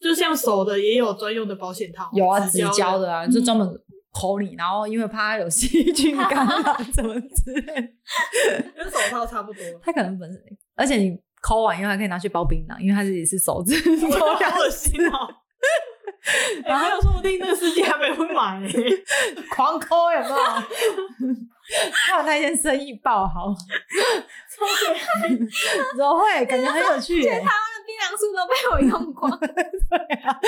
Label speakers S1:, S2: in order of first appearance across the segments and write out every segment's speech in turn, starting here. S1: 就像手的也有专用的保险套，
S2: 有啊，
S1: 纸
S2: 纸
S1: 胶
S2: 胶的啊，就专门抠你，然后因为怕它有细菌感染什么之类的，
S1: 跟手套差不 多。
S2: 它可能本身，而且你抠完以后还可以拿去包槟榔，因为它自己是手指
S1: 我觉
S2: 头
S1: 得
S2: 两
S1: 好恶心 哦！
S2: 然
S1: 然
S2: 后
S1: 后说不定那个司机还没会买、欸
S2: 狂抠有没有？哇，那一天生意爆好，怎么会？感觉很有趣欸
S1: 欸
S2: 耶，
S3: 槟榔树都被我 用光，
S2: 啊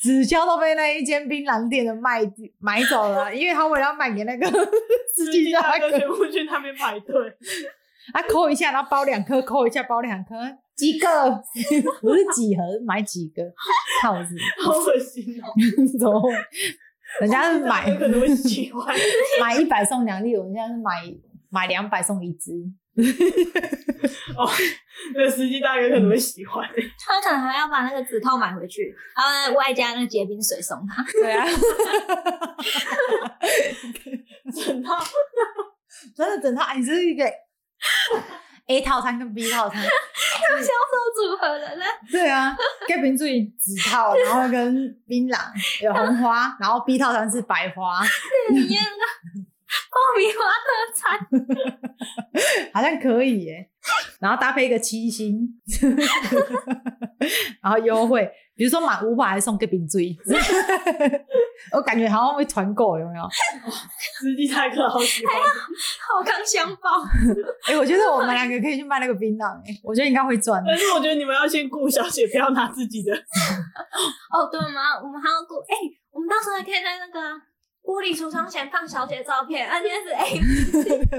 S2: 纸胶都被那一间槟榔店的卖买走了，啊因为他为了要卖给那个 司
S1: 司
S2: 机
S1: 机
S2: 大
S1: 大哥
S2: 哥，
S1: 全部去那边排队，
S2: 啊，抠一下，然后包两颗，抠一下包两颗，几个？不是几盒，买几个套子？
S1: 好恶心哦！
S2: 怎么会？人家是买
S1: 司机大哥可能会喜欢，
S2: 买一百送两粒，我们现在是买买两百送一支，
S1: 哦那个司机大哥可能会喜欢。欸
S3: 他可能还要把那个指套买回去，然后外加那个结冰水送他。
S2: 对啊，
S1: 整套
S2: 真的整套哎，这是一个 A 套餐跟 B 套餐，
S3: 销售组合的呢？
S2: 对啊，跟冰注意紫套，然后跟槟榔有红花，然后 B 套餐是白花，
S3: 你验个爆米花特餐，
S2: 好像可以耶。然后搭配一个七星， 然后优惠，比如说满五百还送个冰锥， 我感觉好像会团购，有没有？
S1: 司机大哥好喜欢，
S3: 好康香包，
S2: 哎、我觉得我们两个可以去卖那个槟榔、哎，我觉得应该会赚的
S1: 但。是我觉得你们要先顾小姐，不要拿自己的。
S3: 哦，对吗？我们还要过，哎、我们到时候还可以在那个玻璃橱窗前放小姐照片，啊，今天是哎、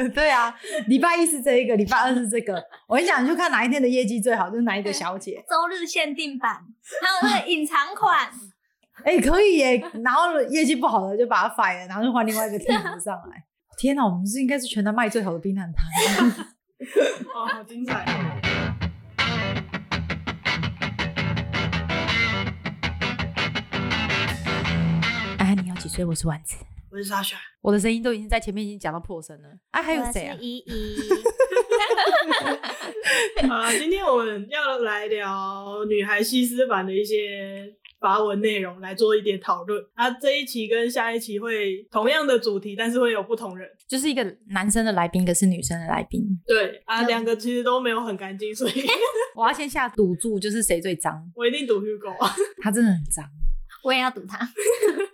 S2: 对啊，礼拜一是这一个，礼拜二是这个。我跟你讲，你就看哪一天的业绩最好，就是哪一个小姐。
S3: 周日限定版，还有那个隐藏款，
S2: 哎、可以耶、然后业绩不好的就把它 fire，然后就换另外一个替补上来。天哪，我们是应该是全台卖最好的冰榔摊。
S1: 哦，好精彩哦！
S2: 哎，你要几岁？我是丸子，
S1: 我是沙雪，
S2: 我的声音都已经在前面已经讲到破声了。哎、还有谁啊？
S3: 依依，
S1: 好了，今天我们要来聊女孩西施版的一些发文内容，来做一点讨论。啊，这一期跟下一期会同样的主题，但是会有不同人。
S2: 就是一个男生的来宾，一个是女生的来宾。
S1: 对啊，
S2: 这
S1: 两
S2: 样
S1: 个其实都没有很干净，所以
S2: 我要先下赌注，就是谁最脏。
S1: 我一定赌 Hugo。啊
S2: 他真的很脏。
S3: 我也要赌他。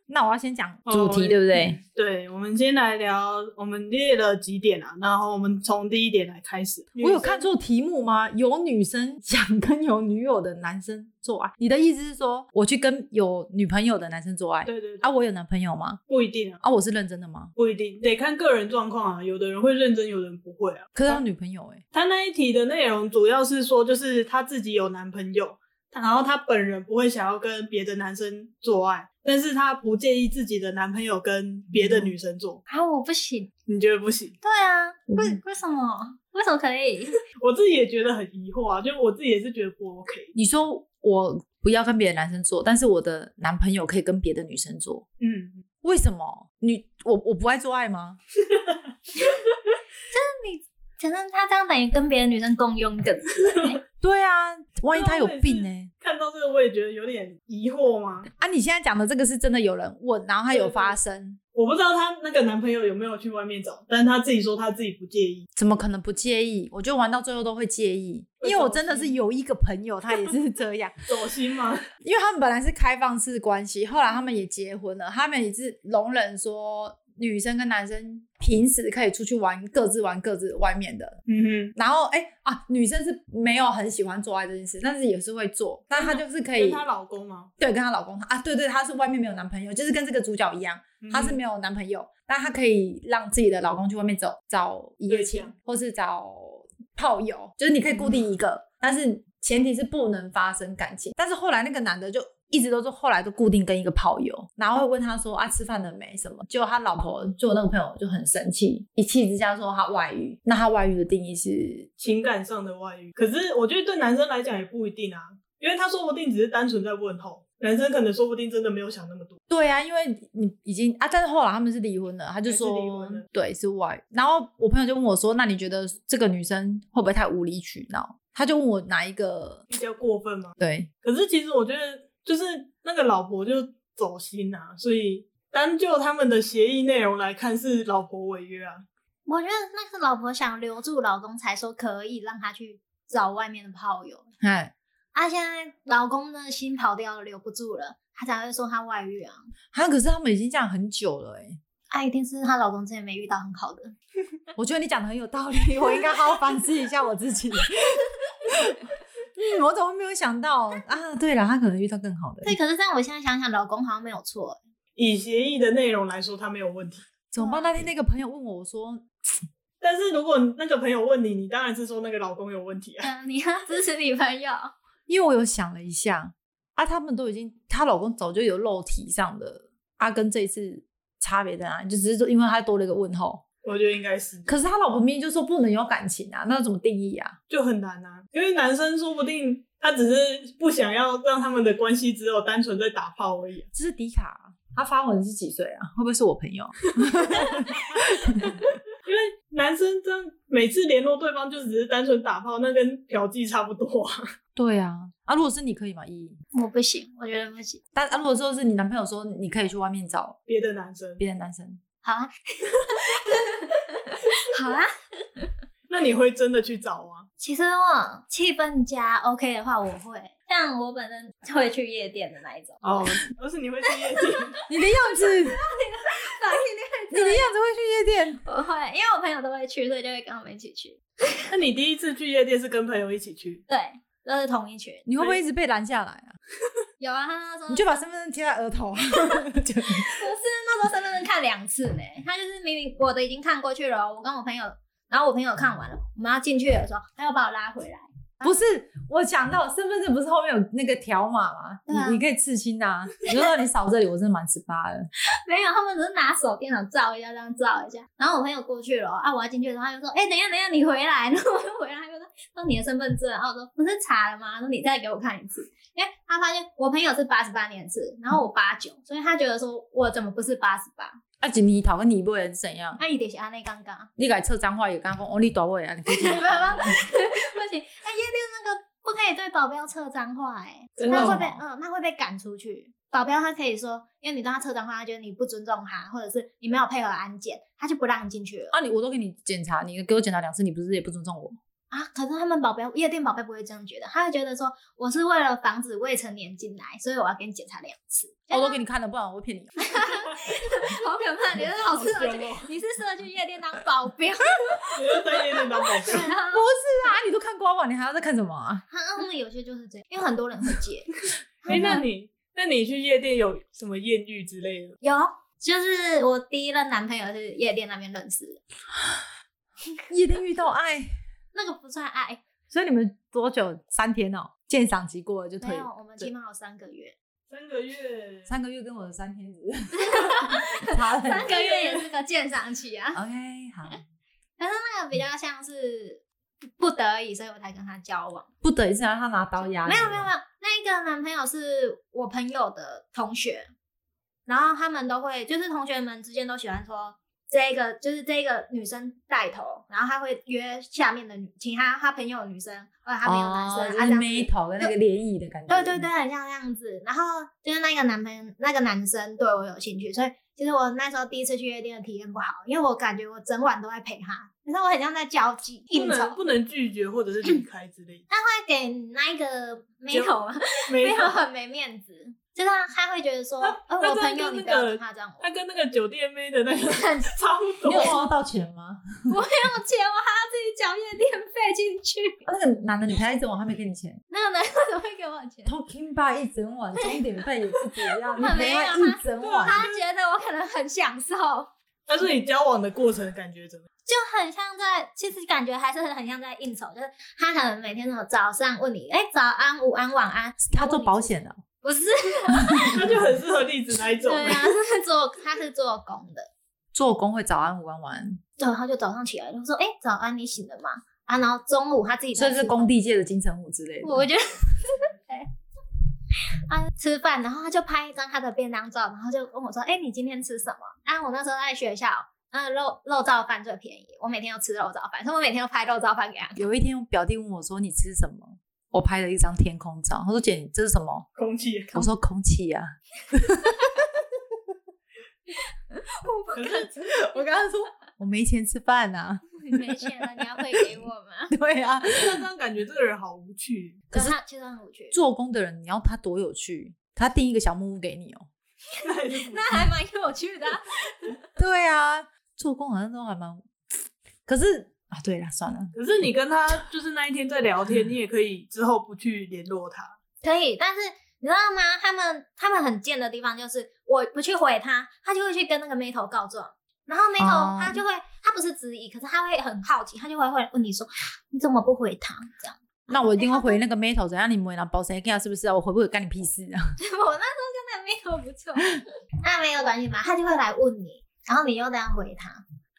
S2: 那我要先讲
S1: 哦
S2: 主题，对不对？
S1: 对，我们先来聊，我们列了几点啊，然后我们从第一点来开始。
S2: 我有看错题目吗？有女生想跟有女友的男生做爱？你的意思是说，我去跟有女朋友的男生做爱？
S1: 对对对
S2: 啊，我有男朋友吗？
S1: 不一定啊，
S2: 啊，我是认真的吗？
S1: 不一定，得看个人状况啊。有的人会认真，有的人不会啊。
S2: 可是他有女朋友哎、
S1: 他那一题的内容主要是说，就是他自己有男朋友，然后他本人不会想要跟别的男生做爱，但是他不介意自己的男朋友跟别的女生做。
S3: 啊，我不行。
S1: 你觉得不行？
S3: 对啊，为为什么？为什么可以？
S1: 我自己也觉得很疑惑啊，就我自己也是觉得不 OK。
S2: 你说我不要跟别的男生做，但是我的男朋友可以跟别的女生做，
S1: 嗯，
S2: 为什么？女我我不爱做爱吗？
S3: 反正他这样等于跟别的女生共用一个字，
S2: 对啊，万一他有病呢、
S1: 看到这个我也觉得有点疑惑嘛。
S2: 啊，你现在讲的这个是真的有人问，然后他有发生，
S1: 我不知道她那个男朋友有没有去外面找，但她自己说她自己不介意。
S2: 怎么可能不介意？我觉得玩到最后都会介意，
S1: 会
S2: 因为我
S1: 走
S2: 真的是
S1: 心
S2: 有一个朋友，他也 是这样。
S1: 走心吗？
S2: 因为他们本来是开放式关系，后来他们也结婚了，他们也是容忍说女生跟男生平时可以出去玩，各自玩各自外面的。
S1: 嗯
S2: 然后哎、啊，女生是没有很喜欢做爱这件事，但是也是会做，但她就是可
S1: 哼，跟
S2: 以
S1: 她老公吗？
S2: 对跟她老公啊，对对，她是外面没有男朋友，就是跟这个主角一样，
S1: 嗯
S2: 她是没有男朋友，但她可以让自己的老公去外面走找一夜
S1: 对
S2: 情
S1: 象，嗯
S2: 或是找炮友，就是你可以固定一个，但是前提是不能发生感情。但是后来那个男的就一直都是后来都固定跟一个炮友，然后会问他说啊吃饭了没什么，结果他老婆就我那个朋友就很生气，一气之下说他外遇。那他外遇的定义是
S1: 情感上的外遇，可是我觉得对男生来讲也不一定啊，因为他说不定只是单纯在问候，男生可能说不定真的没有想那么多。
S2: 对啊，因为你已经啊，但是后来他们是离婚了，他就
S1: 还是
S2: 说
S1: 离婚了
S2: 对是外。然后我朋友就问我说：“那你觉得这个女生会不会太无理取闹？”他就问我哪一个，
S1: 比较过分嘛。
S2: 对，
S1: 可是其实我觉得，就是那个老婆就走心啊，所以单就他们的协议内容来看，是老婆违约啊。
S3: 我觉得那是老婆想留住老公，才说可以让他去找外面的炮友。
S2: 哎，
S3: 啊，现在老公的心跑掉了，留不住了，她才会说她外遇啊。
S2: 他可是他们已经这样很久了、欸，
S3: 啊，一定是她老公之前没遇到很好的。
S2: 我觉得你讲的很有道理，我应该好好反思一下我自己。 嗯，我怎么没有想到啊？对了，他可能遇到更好的
S3: 对，，可是但我现在想想，老公好像没有错。
S1: 以协议的内容来说，他没有问题。
S2: 怎么办？那天那个朋友问我，我说
S1: 但是如果那个朋友问你，你当然是说那个老公有问题啊。
S3: 嗯， 你要支持你朋友，
S2: 因为我有想了一下，啊，他们都已经，她老公早就有肉体上的，啊，跟这一次差别在哪里？就只是说，因为他多了一个问号。
S1: 我觉得应该是，
S2: 可是她老婆明明就说不能有感情啊，那怎么定义啊？
S1: 就很难啊。因为男生说不定他只是不想要让他们的关系只有单纯在打炮而已啊、
S2: 这是迪卡、啊，他发文是几岁啊？会不会是我朋友？
S1: 因为男生这样每次联络对方就只是单纯打炮，那跟嫖妓差不多啊。
S2: 对啊，啊，如果是你可以吗？依依，
S3: 我不行，我觉得不行。
S2: 但啊，如果说是你男朋友说你可以去外面找
S1: 别的男 生，
S2: 别的男生，
S3: 好啊， 好啊。
S1: 那你会真的去找吗？
S3: 其实我气氛加 OK 的话，我会。像我本身会去夜店的那一种，
S1: 哦，而是你会去夜 店，
S2: 你的样 子，你的样子会去夜店？
S3: 我会，因为我朋友都会去，所以就会跟我们一起去。
S1: 那你第一次去夜店是跟朋友一起去？
S3: 对，都是同一群。
S2: 你会不会一直被拦下来啊？
S3: 有啊，他那时候
S2: 你就把身份证贴在额头，啊 就
S3: 不是那时候身份证看两次呢，他就是明明我的已经看过去了，我跟我朋友，然后我朋友看完了，我们要进去的时候，他又把我拉回来。
S2: 不是我想到身份证不是后面有那个条码吗？
S3: 对啊
S2: 你你可以刺青的、啊，你就说你扫这里，我真的满十八了。
S3: 没有，他们只是拿手电筒照一下，这样照一下。然后我朋友过去了，啊，我要进去的时候，他就说：“哎、等一下，等一下，你回来。” 然后我就回来，他就说：“说你的身份证。”然后我说：“不是查了吗？”他说：“你再给我看一次。”因为他发现我朋友是八十八年次，然后我八九，所以他觉得说我怎么不是八十八？
S2: 啊，锦你讨跟你不人怎样？
S3: 那一定是安内刚刚
S2: 你改测脏话也跟他讲，哦，你多位啊，你可以
S3: 不行，不行，哎、夜店那个不可以对保镖测脏话、哎，
S1: 真的
S3: 那
S1: 哦
S3: 会被嗯，那会被赶出去。保镖他可以说，因为你跟他测脏话，他觉得你不尊重他，或者是你没有配合安检，他就不让你进去了。
S2: 啊，你我都给你检查，你给我检查两次，你不是也不尊重我？哦
S3: 啊，可是他们保镖夜店保镖不会这样觉得，他会觉得说我是为了防止未成年进来，所以我要给你检查两次。
S2: 我都给你看了，不然我会骗你。
S3: 好可怕，你是好适合去，你是适合去夜店当保镖。
S1: 你就在夜店当保镖。
S3: 然后
S2: 不是啊，你都看官网，你还要再看什么啊？
S3: 他他们有些就是这样，因为很多人会接。
S1: 哎、那你那你去夜店有什么艳遇之类的？
S3: 有，就是我第一任男朋友是夜店那边认识的，
S2: 夜店遇到爱，
S3: 那个不算爱，
S2: 所以你们多久？三天哦，鉴赏期过了就
S3: 没
S2: 退
S3: 有，
S2: 了。
S3: 我们起码有三个月，
S1: 三个月，
S2: 三个月跟我的三 天只是差了很
S3: 三个月也是个鉴赏期啊。
S2: OK，好，
S3: 那个比较像是不得已，所以我才跟他交往。
S2: 不等一下他拿刀压哦你
S3: 没有没有没有，那个男朋友是我朋友的同学，然后他们都会，就是同学们之间都喜欢说这一个就是这一个女生带头，然后他会约下面的女，请他他朋友的女生或者他朋友的男生，
S2: 哦
S3: 啊
S2: 就
S3: 这
S2: 是
S3: 样
S2: 眉
S3: 子
S2: 头跟那个涟漪的感觉。
S3: 对对对，，很像这样子。然后就是那个男朋友那个男生对我有兴趣，所以其实我那时候第一次去夜店的体验不好，因为我感觉我整晚都在陪他，可是我很像在交际
S1: 不
S3: 应酬，
S1: 能不能拒绝或者是离开之类的。
S3: 会给那个眉头啊。
S1: 没
S3: 没有
S1: 有，
S3: 很没面子，就是他他会觉得说，
S1: 他
S3: 呃，
S1: 他
S3: 我
S1: 这
S3: 朋
S1: 样
S3: 友
S1: 跟
S3: 你不
S1: 那
S3: 要
S1: 个
S3: 跟他这样 玩，
S1: 他跟那个酒店妹的那个差不
S2: 你有
S1: 多。
S2: 收到钱吗？
S3: 我没有钱，我还要自己缴夜店费进去。
S2: 啊那个男的女孩子我还没给你钱
S3: 那个男生怎么会给我钱？
S2: ，Talking by 一整晚，钟点费也是怎样？你
S3: 他
S2: 陪
S3: 没有
S2: 他一整晚，
S3: 他觉得我可能很享受，
S1: 但是你交往的过程感觉怎么样？
S3: 就很像在，其实感觉还是很像在应酬，就是他可能每天什么早上问你，哎、早安、午安、晚安，
S2: 他做保险的，
S3: 不是，
S1: 那就很适合例子那一种。
S3: 对啊，是做他是做工的，
S2: 做工会早安、午安、晚安，
S3: 对，他就早上起来就说，哎、早安，你醒了吗？啊，然后中午他自己在
S2: 所以是
S3: 吃
S2: 工地界的金城武之类的。
S3: 我觉得对。啊，吃饭，然后他就拍一张他的便当照，然后就跟我说：“哎、你今天吃什么？”啊，我那时候在学校，呃，肉肉燥饭最便宜，我每天都吃肉燥饭，所以我每天都拍肉燥饭给他看。
S2: 有一天，我表弟问我说：“你吃什么？”我拍了一张天空照，他说：“姐，你这是什么
S1: 空气？”。
S2: 我说：“空气啊呀、
S3: 我不敢吃，
S2: 我跟他说：“我没钱吃饭呐、
S3: 没钱了，你要汇给我吗？
S2: 对啊呀、
S1: 那这样感觉这个人好无 趣。
S3: 可是他其实很无趣，
S2: 做工的人，你要他多有趣，他订一个小木屋给你哦。
S3: 那还蛮有趣的啊、
S2: 对啊，做工好像都还蛮……可是啊，对了，算了，
S1: 可是你跟他就是那一天在聊天，你也可以之后不去联络他。
S3: 可以，但是你知道吗？他们他们很贱的地方就是，我不去回他，他就会去跟那个眉头告状。然后眉头
S2: 哦
S3: 他就会，他不是质疑，可是他会很好奇，他就会会问你说， 你怎么不回他？这样，
S2: 那我一定会 回那个 metal，怎样？你们拿保险 g 是不是啊？我回不回干你屁事啊？
S3: 我那时候跟那眉头不错， 那没有关系嘛，他就会来问你，然后你又这样回他，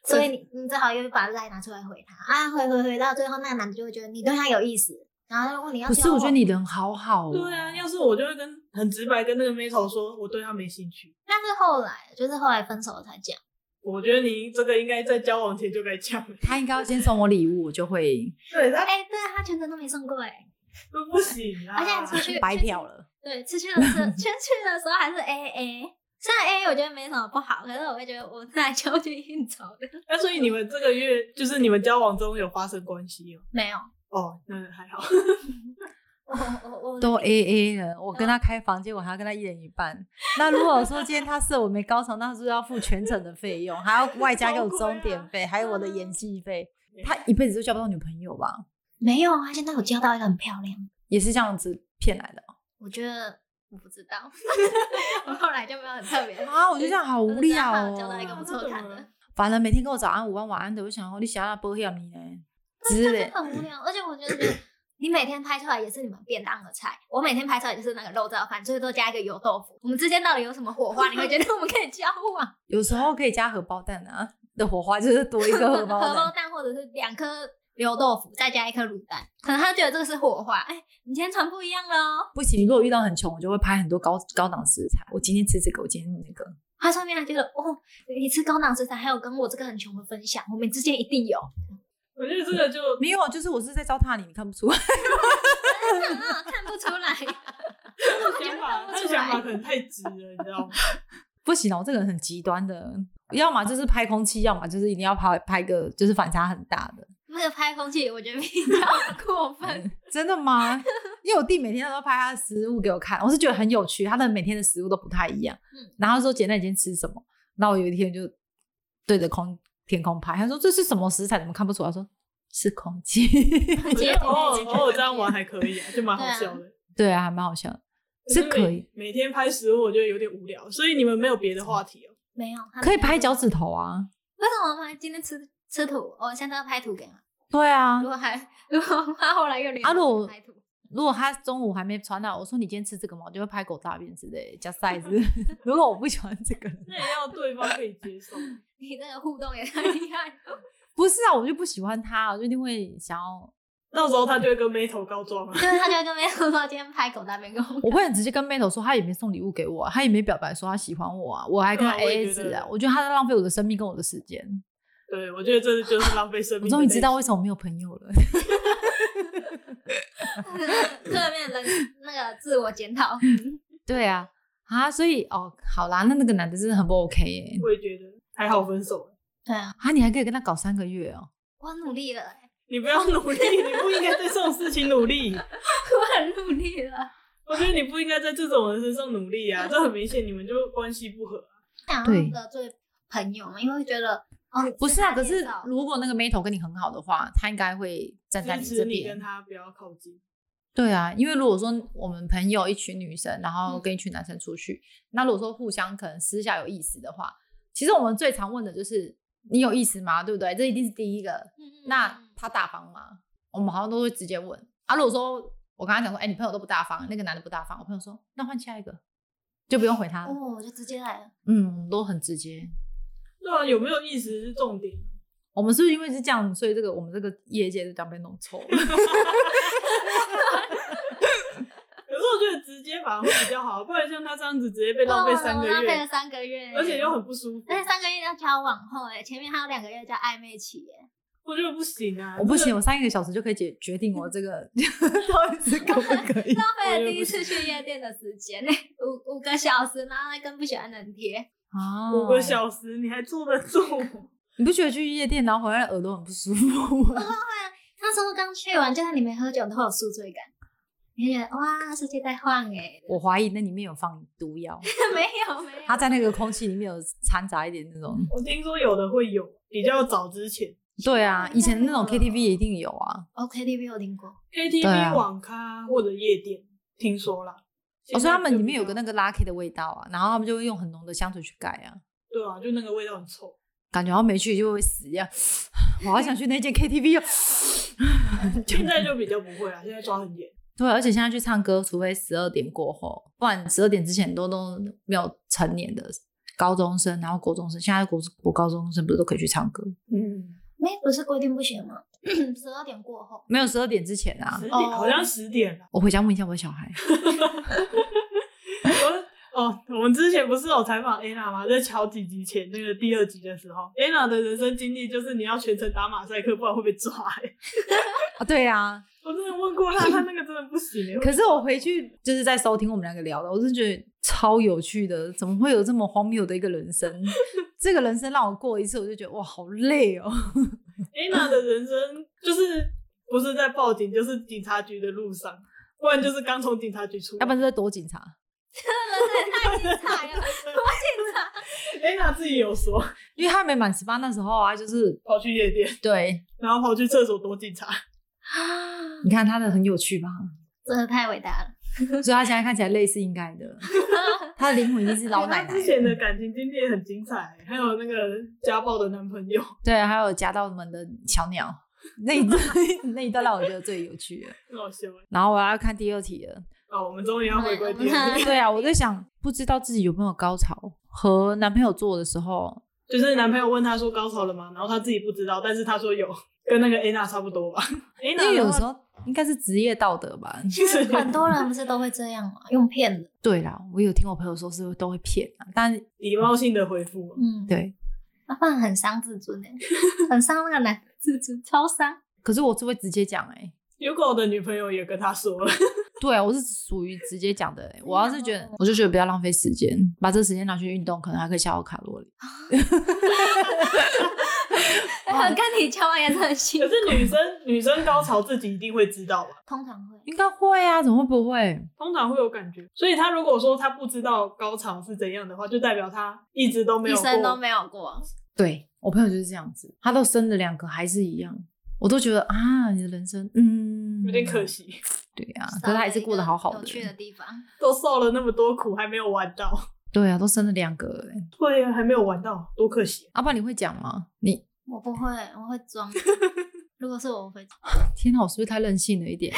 S3: 所以你你只好又把赖拿出来回他啊，回回回到最后，那个男的就会觉得你对他有意思，然后他就问你要
S2: 可
S3: 不要
S2: 是我觉得
S3: 往
S2: 你人好好哦。
S1: 对啊，要是我就会跟很直白跟那个 Metal 说，我对他没兴趣。
S3: 但是后来就是后来分手了才讲，
S1: 我觉得你这个应该在交往前就该讲了。
S2: 他应该要先送我礼物，我就会
S1: 对他
S3: 哎、对他全程都没送过哎、
S1: 都不行啊，
S3: 而且你出去
S2: 白嫖了。
S3: 对，出去的 时候，出去的时候还是 A A。虽然 A A 我觉得没什么不好，可是我会觉得我是来交际应酬的。
S1: 那所以你们这个月就是你们交往中有发生关系哦？
S3: 没有，
S1: 哦，那还好。
S3: 我我我
S2: 都 A A 了，我
S3: 嗯
S2: 跟他开房，结果还要跟他一人一半。那如果说今天他射我没高潮，那是不是要付全程的费用，还要外加给我钟
S1: 啊
S2: 点费，还有我的演
S3: 嗯
S2: 技费。他一辈子都交不到女朋友吧？
S3: 没有啊。现在我交到一个很漂亮，
S2: 也是这样子骗来的
S3: 我觉得我不知道， 我后来就没有很特别。
S2: 啊！我觉得这样好无聊
S3: 我只知道他有啊交到一个不
S2: 哦。
S3: 错看的，
S2: 反正每天跟我早安、午安、晚安的，我想哦说你想要保险你呢之类。
S3: 很无聊。而且我觉得你每天拍出来也是你们便当的菜，我每天拍出来就是那个肉燥饭，最多加一个油豆腐。我们之间到底有什么火花？你会觉得我们可以交往？
S2: 有时候可以加荷包蛋啊，的火花就是多一个荷包
S3: 荷包
S2: 蛋。
S3: 蛋或者是两颗油豆腐，再加一颗卤蛋，可能他觉得这个是火花。哎、你今天穿不一样了哦。
S2: 不行，如果遇到很穷，我就会拍很多高高档食材。我今天吃这个，我今天那个。
S3: 他上面还觉得哦，你吃高档食材，还有跟我这个很穷的分享，我们之间一定有。
S1: 我觉得这个 就
S2: 没有，就是我是在糟蹋你，你看不出来。
S3: 看啊，看不出 来，
S1: 想法，他的想法可能太直了，你知 道吗？
S2: 不行哦，我这个人很极端的，要么就是拍空气，要么就是一定要拍拍个就是反差很大的。
S3: 那个拍空气，我觉得比较过 分。
S2: 真的吗？因为我弟每天都拍他的食物给我看，我是觉得很有趣，他的每天的食物都不太一样。
S3: 嗯
S2: 然后说姐那你今天吃什么？然后我有一天就对着空天空拍，他说这是什么食材？怎么看不出来？我说是空气。
S1: 我觉得偶尔偶尔这样玩还可以啊，就蛮好笑的。
S2: 对啊，还蛮好笑的，是可以
S1: 每每天拍食物，我觉得有点无聊，所以你们没有别的话题哦。
S3: 没有，他没有
S2: 可以拍脚趾。头啊。
S3: 为什么吗？今天吃吃土，我现在要拍土给他。
S2: 对啊
S3: 如，果还如果他后来又连
S2: 啊如果
S3: 拍土，
S2: 如果他中午还没传到，我说你今天吃这个吗？我就会拍狗大便之类的 加 size。如 果我不喜欢这个人，
S1: 那也要对方可以接受。
S3: 你这个互动也太厉害了。
S2: 不是啊，我就不喜欢他，我就一定会想要，
S1: 到时候他就会跟眉头告状了。
S2: 啊
S3: 就是他就跟妹说说今天拍狗大便跟我
S2: 我会很直接跟 Metal 说，他也没送礼物给我啊、他也没表白说他喜欢我啊，我还跟他
S1: 对啊我也觉
S2: AA 制啊，
S1: 得
S2: 我觉得他在浪费我的生命跟我的时间。
S1: 对，我觉得这就是浪费生
S2: 我
S1: 命。
S2: 终于知道为什么我没有朋友 了。
S3: 侧面的那个自我检讨。
S2: 对啊，啊，所以哦，好啦，那那个男的真的很不 OK 耶、
S1: 我也觉得还好分手了。
S3: 对啊，
S2: 啊，你还可以跟他搞三个月哦，
S3: 我很努力了、欸，
S1: 你不要努力，你不应该对这种事情努力。
S3: 我很努力了。
S1: 我觉得你不应该在这种人身上努力啊，这很明显你们就关系不合。
S3: 想
S2: 对
S3: 要得罪朋友嘛，因为会觉得哦，
S2: 不是啊？
S3: 他
S2: 可
S3: 介
S2: 是
S3: 绍
S2: 如果那个 Metal 跟你很好的话，他应该会站在
S1: 支
S2: 这
S1: 持你
S2: 边
S1: 跟。他不要靠近。
S2: 对啊，因为如果说我们朋友一群女生，然
S3: 嗯
S2: 后跟一群男生出去，那如果说互相可能私下有意思的话，其实我们最常问的就是你有意思吗？对不对？这一定是第一个。
S3: 嗯嗯
S2: 那
S3: 嗯
S2: 他大方吗？我们好像都会直接问啊。如果说我跟他讲说，哎、你朋友都不大方，那个男的不大方，我朋友说那换下一个，就不用回他了。
S3: 哦，我就直接来了。
S2: 嗯，我们都很直接。
S1: 对啊，有没有意思是重点。
S2: 我们是不是因为是这样，所以这个我们这个业界就这样被弄臭了？
S1: 可是我觉得直接反而会比较好，不然像他这样子直接被哦浪费三个
S3: 浪费了
S1: 月，
S3: 三个月，
S1: 而且又很不舒服，
S3: 而且三个月要交往后、欸，哎，前面还有两个月叫暧昧期、欸，
S1: 我觉得不行啊，
S2: 我不
S1: 这
S2: 行，
S1: 个，
S2: 我三个小时就可以解决定我这个 到底是可不可 以。
S3: 浪费了第一次去夜店的时间、 欸，五五个小时，然后还跟不喜欢的人贴，
S2: 啊
S1: 五个小时你还坐得住？
S2: 你不觉得去夜店然后回来耳朵很不舒服吗？
S3: 那时候刚去完，就算你没喝酒，都有宿醉感。你会觉得哇，世界在晃哎、
S2: 我怀疑那里面有放毒药，
S3: 没有没有，
S2: 它在那个空气里面有掺杂一点那种。
S1: 我听说有的会有，比较早之前
S2: 对啊，以前那种 KTV 一定有啊。
S3: 哦 KTV 有听过，
S2: 对
S1: KTV
S2: 啊
S1: 网咖或者夜店，听说啦。
S2: 我哦说他们里面有
S1: 现在就比较
S2: 个那个 Lucky 的味道啊，然后他们就会用很浓的香水去盖啊，
S1: 对啊，就那个味道很 臭。
S2: 感觉好像没去就会死一样。 我好想去那间 KTV 哦。 就
S1: 现在就比较不会啦，现在抓很严。
S2: 对，啊而且现在去唱歌，除非十二点过后，不然十二点之前很多都没有成年的高中生，然后国中生，现在国国高中生不是都可以去唱歌？
S1: 嗯，
S3: 没不是规定不行吗？ 十二点过后，
S2: 没有十二点之前啊
S1: 十。点、
S3: 哦
S1: 好像十点了。
S2: 我回家问一下我小孩，
S1: 我哦，我们之前不是有采访 Anna 吗？在乔几集前那个第二集的时候，Anna 的人生经历就是你要全程打马赛克，不然会被抓、欸。
S2: 啊，对啊，
S1: 我真的问过她，她那个真的不行、欸。
S2: 可是我回去就是在收听我们两个聊的，我是觉得超有趣的，怎么会有这么荒谬的一个人 生？这个人生让我过一次，我就觉得哇，好累 哦。
S1: Anna 的人生就是不是在报警，就是警察局的路上，不然就是刚从警察局出来。
S2: 啊要不然就在躲警察，
S3: 太精 彩了，
S1: Anna 自己有说
S2: 因为他还没满十八那时候啊，就是
S1: 跑去夜店，
S2: 对，
S1: 然后跑去厕所躲警察。
S2: 你看他的很有趣吧？
S3: 真的太伟大 了。
S2: 所以他现在看起来累是应该 的，他的灵魂已经是 老奶
S1: 她
S2: 奶
S1: 之前
S2: 了。
S1: 的感情经历也很精彩、欸还有那个家暴的男朋友。
S2: 对，啊还有夹到我们的小鸟 那一段，那一段让我觉得最有趣了。
S1: 很好笑哎！
S2: 然后我要看第二题了。
S1: 哦，我们终于要回归第二题，
S2: 对啊，我在想，不知道自己有没有高潮，和男朋友做的时候，
S1: 就是男朋友问她说高潮了吗？然后她自己不知道，但是她说有，跟那个 Anna 差不多吧。
S2: 因
S1: Anna
S2: 为有
S1: 的
S2: 时
S1: 话
S2: 候应该是职业道德吧。
S1: 其实
S3: 很多人不是都会这样吗？用骗的，
S2: 对啦，我有听我朋友说是都会骗啊，但
S1: 礼貌性的回复嘛，
S3: 嗯，，
S2: 对，
S3: 那不然很伤自尊哎、 很伤那个男自尊，超伤。
S2: 可是我是会直接讲哎、
S1: 有狗的女朋友也跟他说了，
S2: 对啊，我是属于直接讲的、欸。我要是觉得
S3: 哦，
S2: 我就觉得不要浪费时间，把这时间拿去运动，可能还可以消耗卡路里。
S3: 哎跟你交往也是很 辛
S1: 可
S3: 苦，
S1: 是女生女生高潮自己一定会知道吧？
S3: 通常会。
S2: 应该会啊，怎么会不会？
S1: 通常会有感觉，所以她如果说她不知道高潮是怎样的话，就代表她一直都没
S3: 一
S1: 有过
S3: 生都没有过，
S2: 对我朋友就是这样子，他都生了两个还是一样，我都觉得啊，你的人生嗯
S1: 有点可。惜，
S3: 嗯
S2: 对啊，可是他还是过得好好
S3: 有趣的
S2: 的。
S3: 地方，
S1: 都受了那么多苦还没有玩到，
S2: 对啊，都生了两个欸、
S1: 对呀，还没有玩到，多可惜！
S2: 阿爸啊你会讲吗？你
S3: 我不会，我会 装。如果是我我会，
S2: 天哪，我是不是太任性了一点？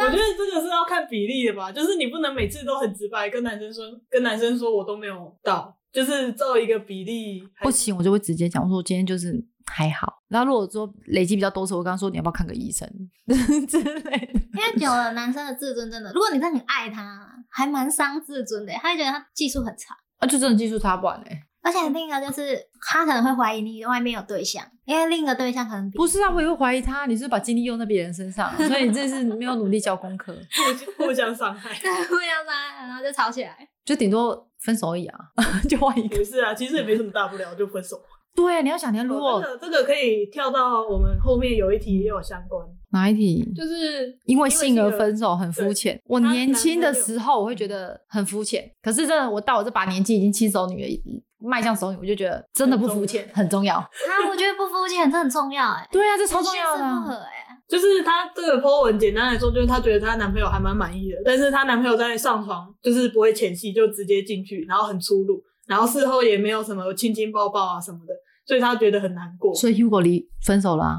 S1: 我觉得这个是要看比例的吧，就是你不能每次都很直白跟男生说，跟男生说我都没有到，就是照一个比例。
S2: 不行，我就会直接讲，我说我今天就是还好。然后如果说累积比较多时，我刚刚说你要不要看个医生 之类的。
S3: 因为久了，男生的自尊真的，如果你真的很爱他，还蛮伤自尊的。他会觉得他技术很差，
S2: 啊，就真的技术差不完哎、
S3: 而且另一个就是他可能会怀疑你外面有对象，因为另一个对象可能比。
S2: 不是啊，我也会怀疑他，你是不是把精力用在别人身上，啊所以你这是没有努力交功课，
S1: 互互相伤害
S3: 对互相伤害，啊然后就吵起来。
S2: 就顶多分手而已啊， 就换一个。
S1: 也是啊，其实也没什么大不了，就分手。
S2: 对，啊你要想，你要如
S1: 哦
S2: 果
S1: 这个这个可以跳到我们后面有一题也有相关，
S2: 哪一题？
S1: 就是
S2: 因为性而分手很肤浅。我
S1: 他
S2: 年轻的
S1: 男朋友
S2: 时候我会觉得很肤浅，可是真的我到我这把年纪，已经亲手女了，迈向熟女，我就觉得真的不肤浅，很重要。
S3: 啊，我觉得不肤浅这很重要哎，
S2: 对啊，这超重要
S3: 人性不
S2: 的。
S3: 合哎，
S1: 就是她这个 po 文，简单来说就是她觉得她男朋友还蛮满意的，但是她男朋友在上床就是不会前戏，就直接进去，然后很粗鲁，然后事后也没有什么亲亲抱抱啊什么的，所以她觉得很难过。
S2: 所以 Hugo 离分手了啊、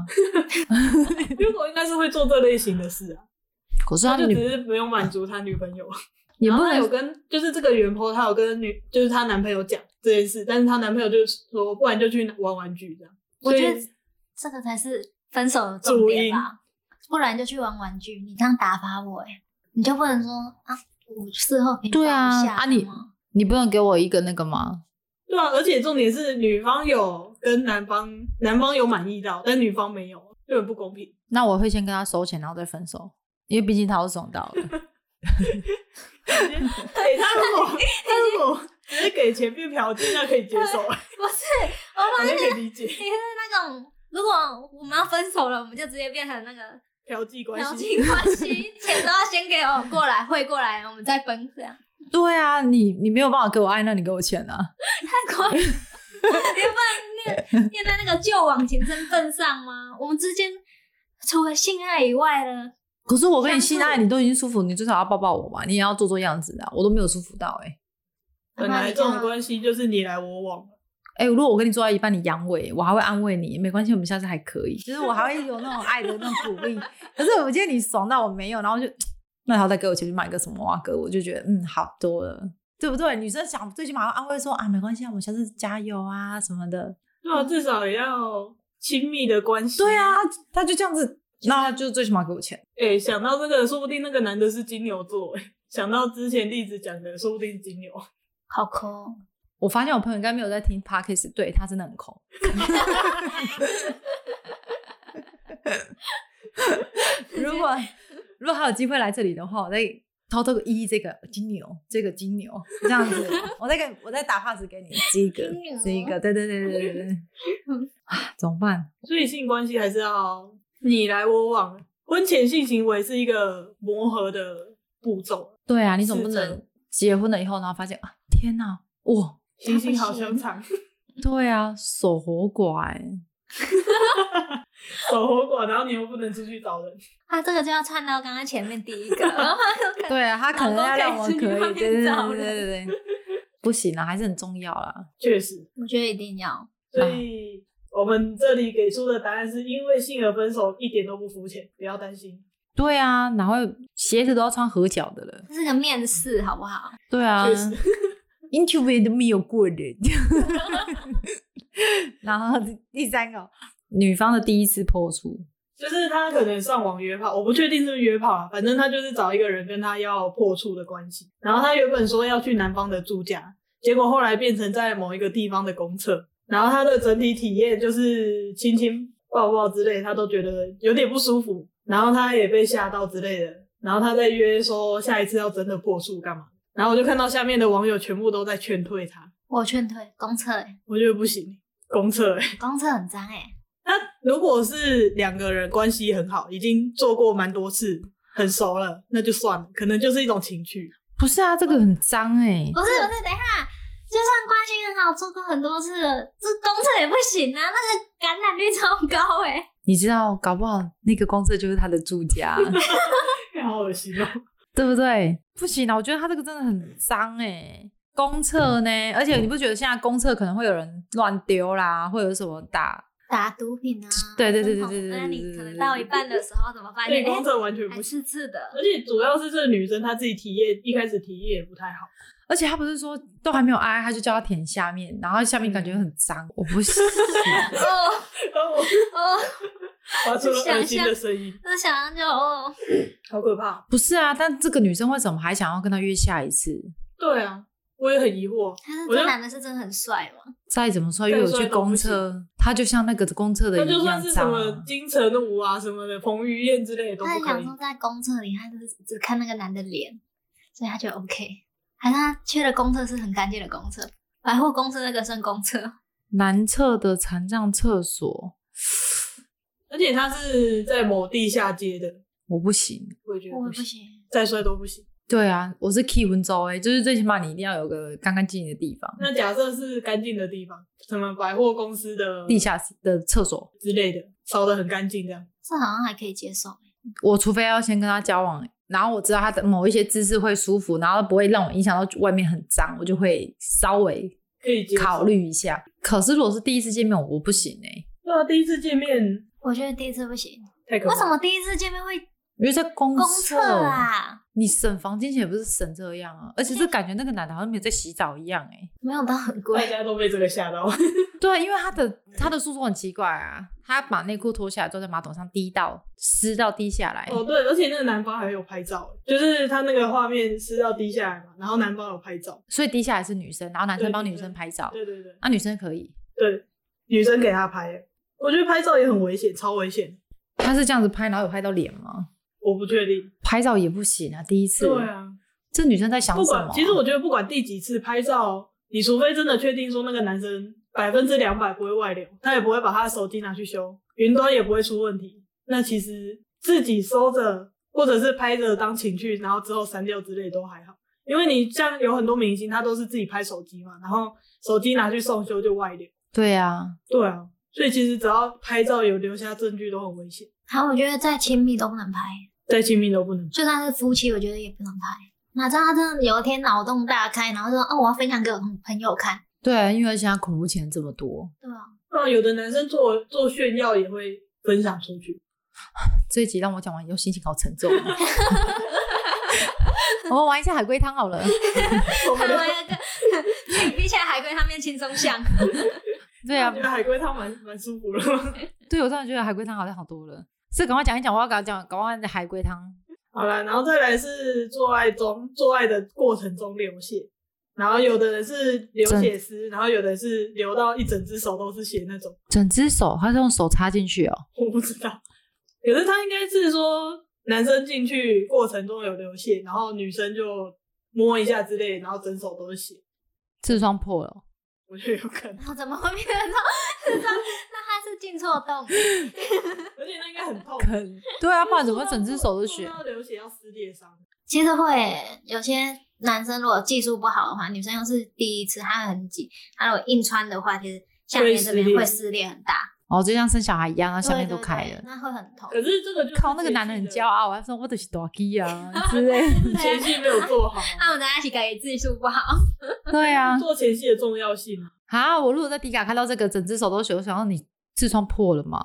S1: 如果应该是会做这类型的事啊，
S2: 可是
S1: 他
S2: 他
S1: 就只
S2: 女
S1: 是没有满足他女朋友。
S2: 也
S1: 然
S2: 不
S1: 后他有
S2: 能
S1: 跟，就是这个原 po 他有跟女，就是她男朋友讲这件事，但是她男朋友就是说，不然就去玩玩具这样。
S3: 我
S1: 所以
S3: 觉得这个才是分手的重点吧，不然就去玩玩具，你这样打发我哎，你就不能说啊，我事后给你
S2: 对啊
S3: 找一下
S2: 啊你
S3: 吗
S2: 你不能给我一个那个吗？
S1: 对啊，而且重点是女方有跟男方，男方有满意到，但女方没有，就很不公平。
S2: 那我会先跟他收钱，然后再分手，因为毕竟他是爽到 的。
S1: 对哎他如果 他如果只是给钱变嫖妓，那可以接受，
S3: 不是，我
S1: 好
S3: 发
S1: 像
S3: 现
S1: 可以理解
S3: 你是那种，如果我们要分手了，我们就直接变成那个
S1: 嫖妓关
S3: 表
S1: 系
S3: 情。关系，钱都要先给我过来汇过来，我们再分这样。
S2: 对啊，你你没有办法给我爱，那你给我钱啊？
S3: 太快，你不能念念在那个旧往情真份上吗？我们之间除了性爱以外呢，
S2: 可是我跟你
S3: 像是
S2: 性爱，你都已经舒服，你最少要抱抱我吧，你也要做做样子啊，我都没有舒服到哎、欸。
S1: 本来这种关系就是你来我往，
S2: 哎、如果我跟你做到一半，你阳痿，我还会安慰你，没关系，我们下次还可以。就是我还会有那种爱的那种鼓励。可是我今天你爽到我没有，然后就那他再给我钱去买个什么啊哥，我就觉得嗯好多了，对不对？女生想最起码要安慰说啊没关系啊，我们下次加油啊什么的。
S1: 对啊，至少也要亲密的关系。
S2: 对啊，，他就这样子，那就最起码给我钱。
S1: 哎、想到这个，说不定那个男的是金牛座、哎想到之前例子讲的，说不定金牛。
S3: 好抠、哦。
S2: 我发现我朋友应该没有在听 podcast，对他真的很 抠。如果如果还有机会来这里的话，我再偷偷一这个金牛，这个金牛这样子， 我再给我再打 pass 给你这一个
S3: 金牛
S2: 这一个，对对对对对对 对
S3: 嗯，
S2: 啊，怎么办？
S1: 所以性关系还是要你来我往。婚前性行为是一个磨合的步骤，
S2: 对啊，你总不
S1: 是
S2: 能
S1: 真
S2: 结婚了以后，然后发现啊，天哪，哇，
S1: 行行好相长，
S3: 嗯
S2: 对啊，守活寡哎、
S1: 守活寡，然后你又不能出去找人，
S3: 啊，这个就要串到刚刚前面第一个，然后有 可能
S2: 对啊，他可能
S3: 老公
S2: 要让
S3: 可以
S2: 我可
S3: 出
S2: 以，
S3: 去
S2: 对
S3: 外面
S2: 对对
S3: 找
S2: 对对对对，不行啊，还是很重要啦。
S1: 确实。
S3: 我觉得一定要。
S1: 所以我们这里给出的答案是因为性而分手，一点都不肤浅，不要担心。
S2: 对啊，哪会鞋子都要穿合脚的了？
S3: 这是个面试，好不好？
S2: 对啊
S1: 确实，
S2: ，interview 都没有过人。 然后第三个，女方的第一次破处，
S1: 就是他可能上网约炮，我不确定是不是约炮啊，反正他就是找一个人跟他要破处的关系。然后他原本说要去男方的住家，结果后来变成在某一个地方的公厕。然后他的整体体验就是亲亲、抱抱之类，他都觉得有点不舒服。然后他也被吓到之类的。然后他在约说下一次要真的破处干嘛？然后我就看到下面的网友全部都在劝退他，
S3: 我劝退公厕、欸，
S1: 我觉得不行，公厕、欸。
S3: 公厕很脏哎、
S1: 那如果是两个人关系很好，已经做过蛮多次，很熟了，那就算了，可能就是一种情 趣。
S2: 不是啊，这个很脏哎、
S3: 不是不是，等一下，就算关系很好，做过很多次了，这公厕也不行啊，那个感染率超高哎、
S2: 你知道，搞不好那个公厕就是他的住家，啊
S1: 好恶心哦！
S2: 对不对？不行啊，我觉得他这个真的很脏哎、公厕呢，而且你不觉得现在公厕可能会有人乱丢啦，会有什么打
S3: 打毒品啊，
S2: 对对对
S3: 针
S2: 对对
S3: 筒
S2: 对
S3: 那
S2: 对
S3: 你
S2: 对
S3: 可能
S2: 对
S3: 到
S2: 对
S3: 一半的时候怎么办？
S1: 对，
S3: 你哎
S1: 公厕完全
S3: 还
S1: 不行。
S3: 是刺的，
S1: 而且主要是这个女生她自己体验，一开始体验也不太好。
S2: 而且他不是说都还没有挨，他就叫他舔下面，然后下面感觉很脏，我不行。
S3: 哦
S1: 然后我
S3: 哦，
S1: 发出了恶心的声音，
S3: 这想象就哦，
S1: 好可怕。 哦
S2: 不是啊，但这个女生为什么还想要跟他约下一次？
S1: 对啊，我也很疑惑。
S3: 但是
S1: 我
S3: 这
S1: 就
S3: 男的是真的很帅嘛，
S2: 再怎么说约我去公厕，他就像那个公厕的
S1: 那就
S2: 一样
S1: 算是什
S2: 脏
S1: 么
S2: 啊。
S1: 金城武啊什么的，彭于晏之类的都
S3: 他
S1: 不
S3: 很
S1: 可
S3: 想
S1: 以
S3: 说。在公厕里，他就是只看那个男的脸，所以他就 OK。好像他去的公厕是很干净的公厕，百货公司那个算公厕，
S2: 男厕的残障厕所，
S1: 而且她是在某地下街的，
S2: 我不行。
S1: 我也觉得
S3: 我
S1: 不
S3: 也不
S1: 行，
S3: 行。
S1: 再帅都不行。
S2: 对啊，我是 key 温州哎，就是最起码你一定要有个干干净净的地方，
S1: 那假设是干净的地方，什么百货公司的
S2: 地下室的厕所。
S1: 之类的，扫得很干净这样。
S3: 这好像还可以接受，
S2: 我除非要先跟他交往，然后我知道他的某一些姿势会舒服，然后不会让我影响到外面很脏，我就会稍微
S1: 可以接受
S2: 考。虑一下。可是如果是第一次见面，我不行哎、
S1: 对啊，第一次见面
S3: 我觉得第一次不行。
S1: 太可怕。
S3: 为什么第一次见面会
S2: 因为在公
S3: 公
S2: 厕
S3: 厕啊，
S2: 你省房间钱也不是省这样啊，而且是感觉那个男的好像没有在洗澡一样哎、
S3: 没有到很
S1: 大
S3: 贵。
S1: 家都被这个吓到。
S2: 对，啊因为他的
S1: 嗯
S2: 他的诉说很奇怪啊，他把内裤脱下来之后在马桶上滴到湿到滴下来，
S1: 哦，对，而且那个男方还有拍照，就是他那个画面湿到滴下来嘛，然后男方有拍照，
S2: 所以滴下来是女生，然后男生
S1: 对
S2: 帮
S1: 对
S2: 女生
S1: 对
S2: 拍照，啊
S1: 对对对
S2: 那、女生可以，
S1: 对，女生给他拍，我觉得拍照也很危险，超危险，
S2: 他是这样子拍，然后有拍到脸吗？
S1: 我不确定。
S2: 拍照也不行啊，第一次，
S1: 对，啊，
S2: 这女生在想
S1: 不
S2: 什么
S1: 管
S2: 啊？
S1: 其实我觉得不管第几次拍照，你除非真的确定说那个男生百分之两百不会外流，他也不会把他的手机拿去修，云端也不会出问题，那其实自己收着或者是拍着当情趣，然后之后删掉之类都还好。因为你像有很多明星，他都是自己拍手机嘛，然后手机拿去送修就外流。
S2: 对啊，
S1: 对啊，所以其实只要拍照有留下证据都很危险，
S3: 好，我觉得再亲密都不能拍，
S1: 再亲密都不能。
S3: 就算是夫妻，我觉得也不能拍。哪知道他真的有一天脑洞大开，然后说：“哦，我要分享给我朋友看。
S2: 对啊，因为现在恐怖钱这么多，”
S3: 对啊，
S1: 那有的男生做做炫耀也会分享出去。
S2: 这一集让我讲完以后心情好沉重、 啊。我们玩一下海龟汤好了，
S1: 我
S3: 我
S1: 们
S3: 有
S1: 聊
S3: 个比起来海龟汤面轻松像。
S2: 对啊
S1: 我觉，得海龟汤蛮蛮舒服的。
S2: 对我突然觉得海龟汤好像好多了。这赶快讲一讲，我要赶快讲，赶快海龟汤。
S1: 好了，然后再来是做爱中，做爱的过程中流血，然后有的人是流血丝，然后有的是流到一整只手都是血那种，
S2: 整只手，他是用手插进去哦。
S1: 我不知道。可是他应该是说男生进去过程中有流血，然后女生就摸一下之类，然后整手都是血，
S2: 痔疮破了，
S1: 我觉得有可能。
S3: 然后怎么会变成这样？那他是进错洞。
S1: 而且那应该很痛，
S2: 对啊，不然怎么整只手都血
S1: 碰？到流血要撕裂伤。
S3: 其实会耶有些男生如果技术不好的话，女生又是第一次，她很挤，她如果硬穿的话，其实下面这
S1: 会撕
S3: 边
S1: 裂
S3: 会撕裂很大，
S2: 哦，就像生小孩一样，他下面
S3: 对
S2: 都开
S3: 对
S2: 了
S3: 对。那会很 痛。
S1: 可是这个就是
S2: 靠，那个男的很骄傲，他说我的是大鸡啊之类 的。
S1: 前戏没有做 好，
S3: 那我们大家一起感觉技术不好，
S2: 对啊，
S1: 做前戏的重要性啊。
S2: 啊，我如果在迪卡看到这个，整只手都血，我想到你痔疮破了吗？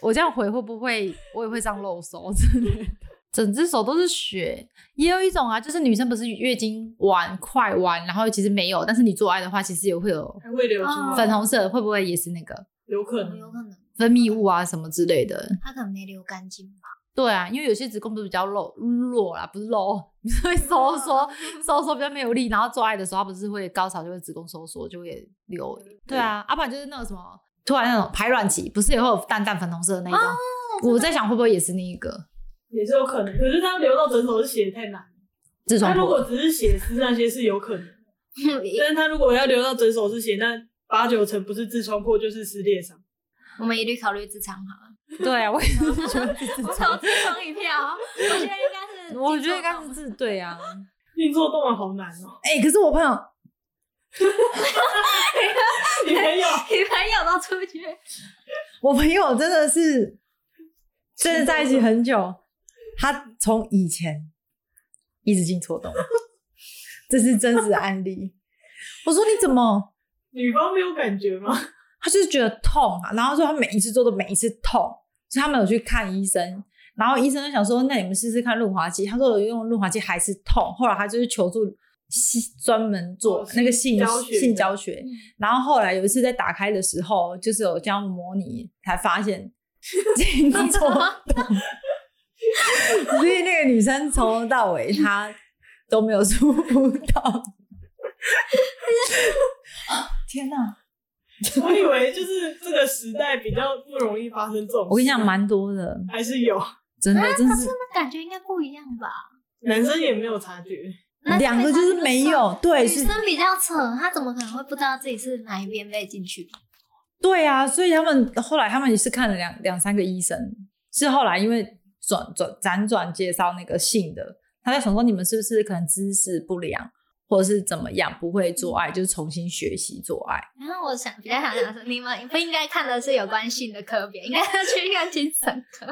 S2: 我这样回会不会我也会这样露手之类的？整只手都是血，也有一种啊，就是女生不是月经晚快完，然后其实没有，但是你做爱的话，其实也会有
S1: 还会流出
S3: 哦
S1: 来，
S2: 粉红色，会不会也是那个
S1: 有可
S3: 有
S1: 能。
S3: 可能
S2: 分泌物啊什么之类的？
S3: 他可能 没流干净吧。
S2: 对啊，因为有些子宫不是比较肉弱啦，不是肉， 所以收缩收缩比较没有力，然后做爱的时候，它不是会高潮就会子宫收缩，就会流。对啊，要、不然就是那个什么，突然那种排卵期，不是也会有淡淡粉红色的那一种？我在想会不会也是那一个
S1: 也是有可能，可是他流到整手是血太难了。
S2: 痔疮
S1: 他如
S2: 破？
S1: 果只是血丝那些是有可能的，
S3: 我
S1: 但是他如果要流到整手是血，那八九成不是痔疮破就是撕裂伤。
S3: 我们一律考虑痔疮好了，
S2: 对啊，我也是觉得是
S3: 我
S2: 痔
S3: 投
S2: 疮。
S3: 痔疮一票。我觉得应该 是，
S2: 我觉得应该是痔对 啊。
S1: 运作动了好难 哦，
S2: 哎、可是我朋友
S1: 你没有，
S3: 女朋友都出去，
S2: 我朋友真的 是，真的在一起很久，他从以前一直进错洞， 这是真实案例。我说你怎么？
S1: 女方没有感觉 吗？
S2: 他就是觉得痛啊，然后说他每一次做的每一次痛，所以他们有去看医生，然后医生就想说，那你们试试看润滑剂。他说我用润滑剂还是痛，后来他就是求助系专门做
S1: 哦
S2: 那个性
S1: 教学嗯
S2: 性教学，然后后来有一次在打开的时候，就是有这样模拟，才发 现进错洞。所以那个女生从头到尾她都没有 舒服 到。天哪！
S1: 我以为就是这个时代比较不容易发生这种。
S2: 我跟你讲，，蛮多的，
S1: 还是有
S2: 真的，真是
S3: 可啊是那感觉应该不一样吧？
S1: 男生也没有察觉。
S3: 那
S2: 两个就是没有，对，
S3: 女
S2: 是，
S3: 生比较扯，她怎么可能会不知道自己是哪一边被进去？
S2: 对啊，所以他们后来他们也是看了两两三个医生，是后来因为转转辗转介绍那个性的，他在想说你们是不是可能姿势不良，或者是怎么样不会做爱，就是重新学习做爱。
S3: 然后我想比较想讲是，你们不应该看的是有关性的科别，应该要去看精神 科，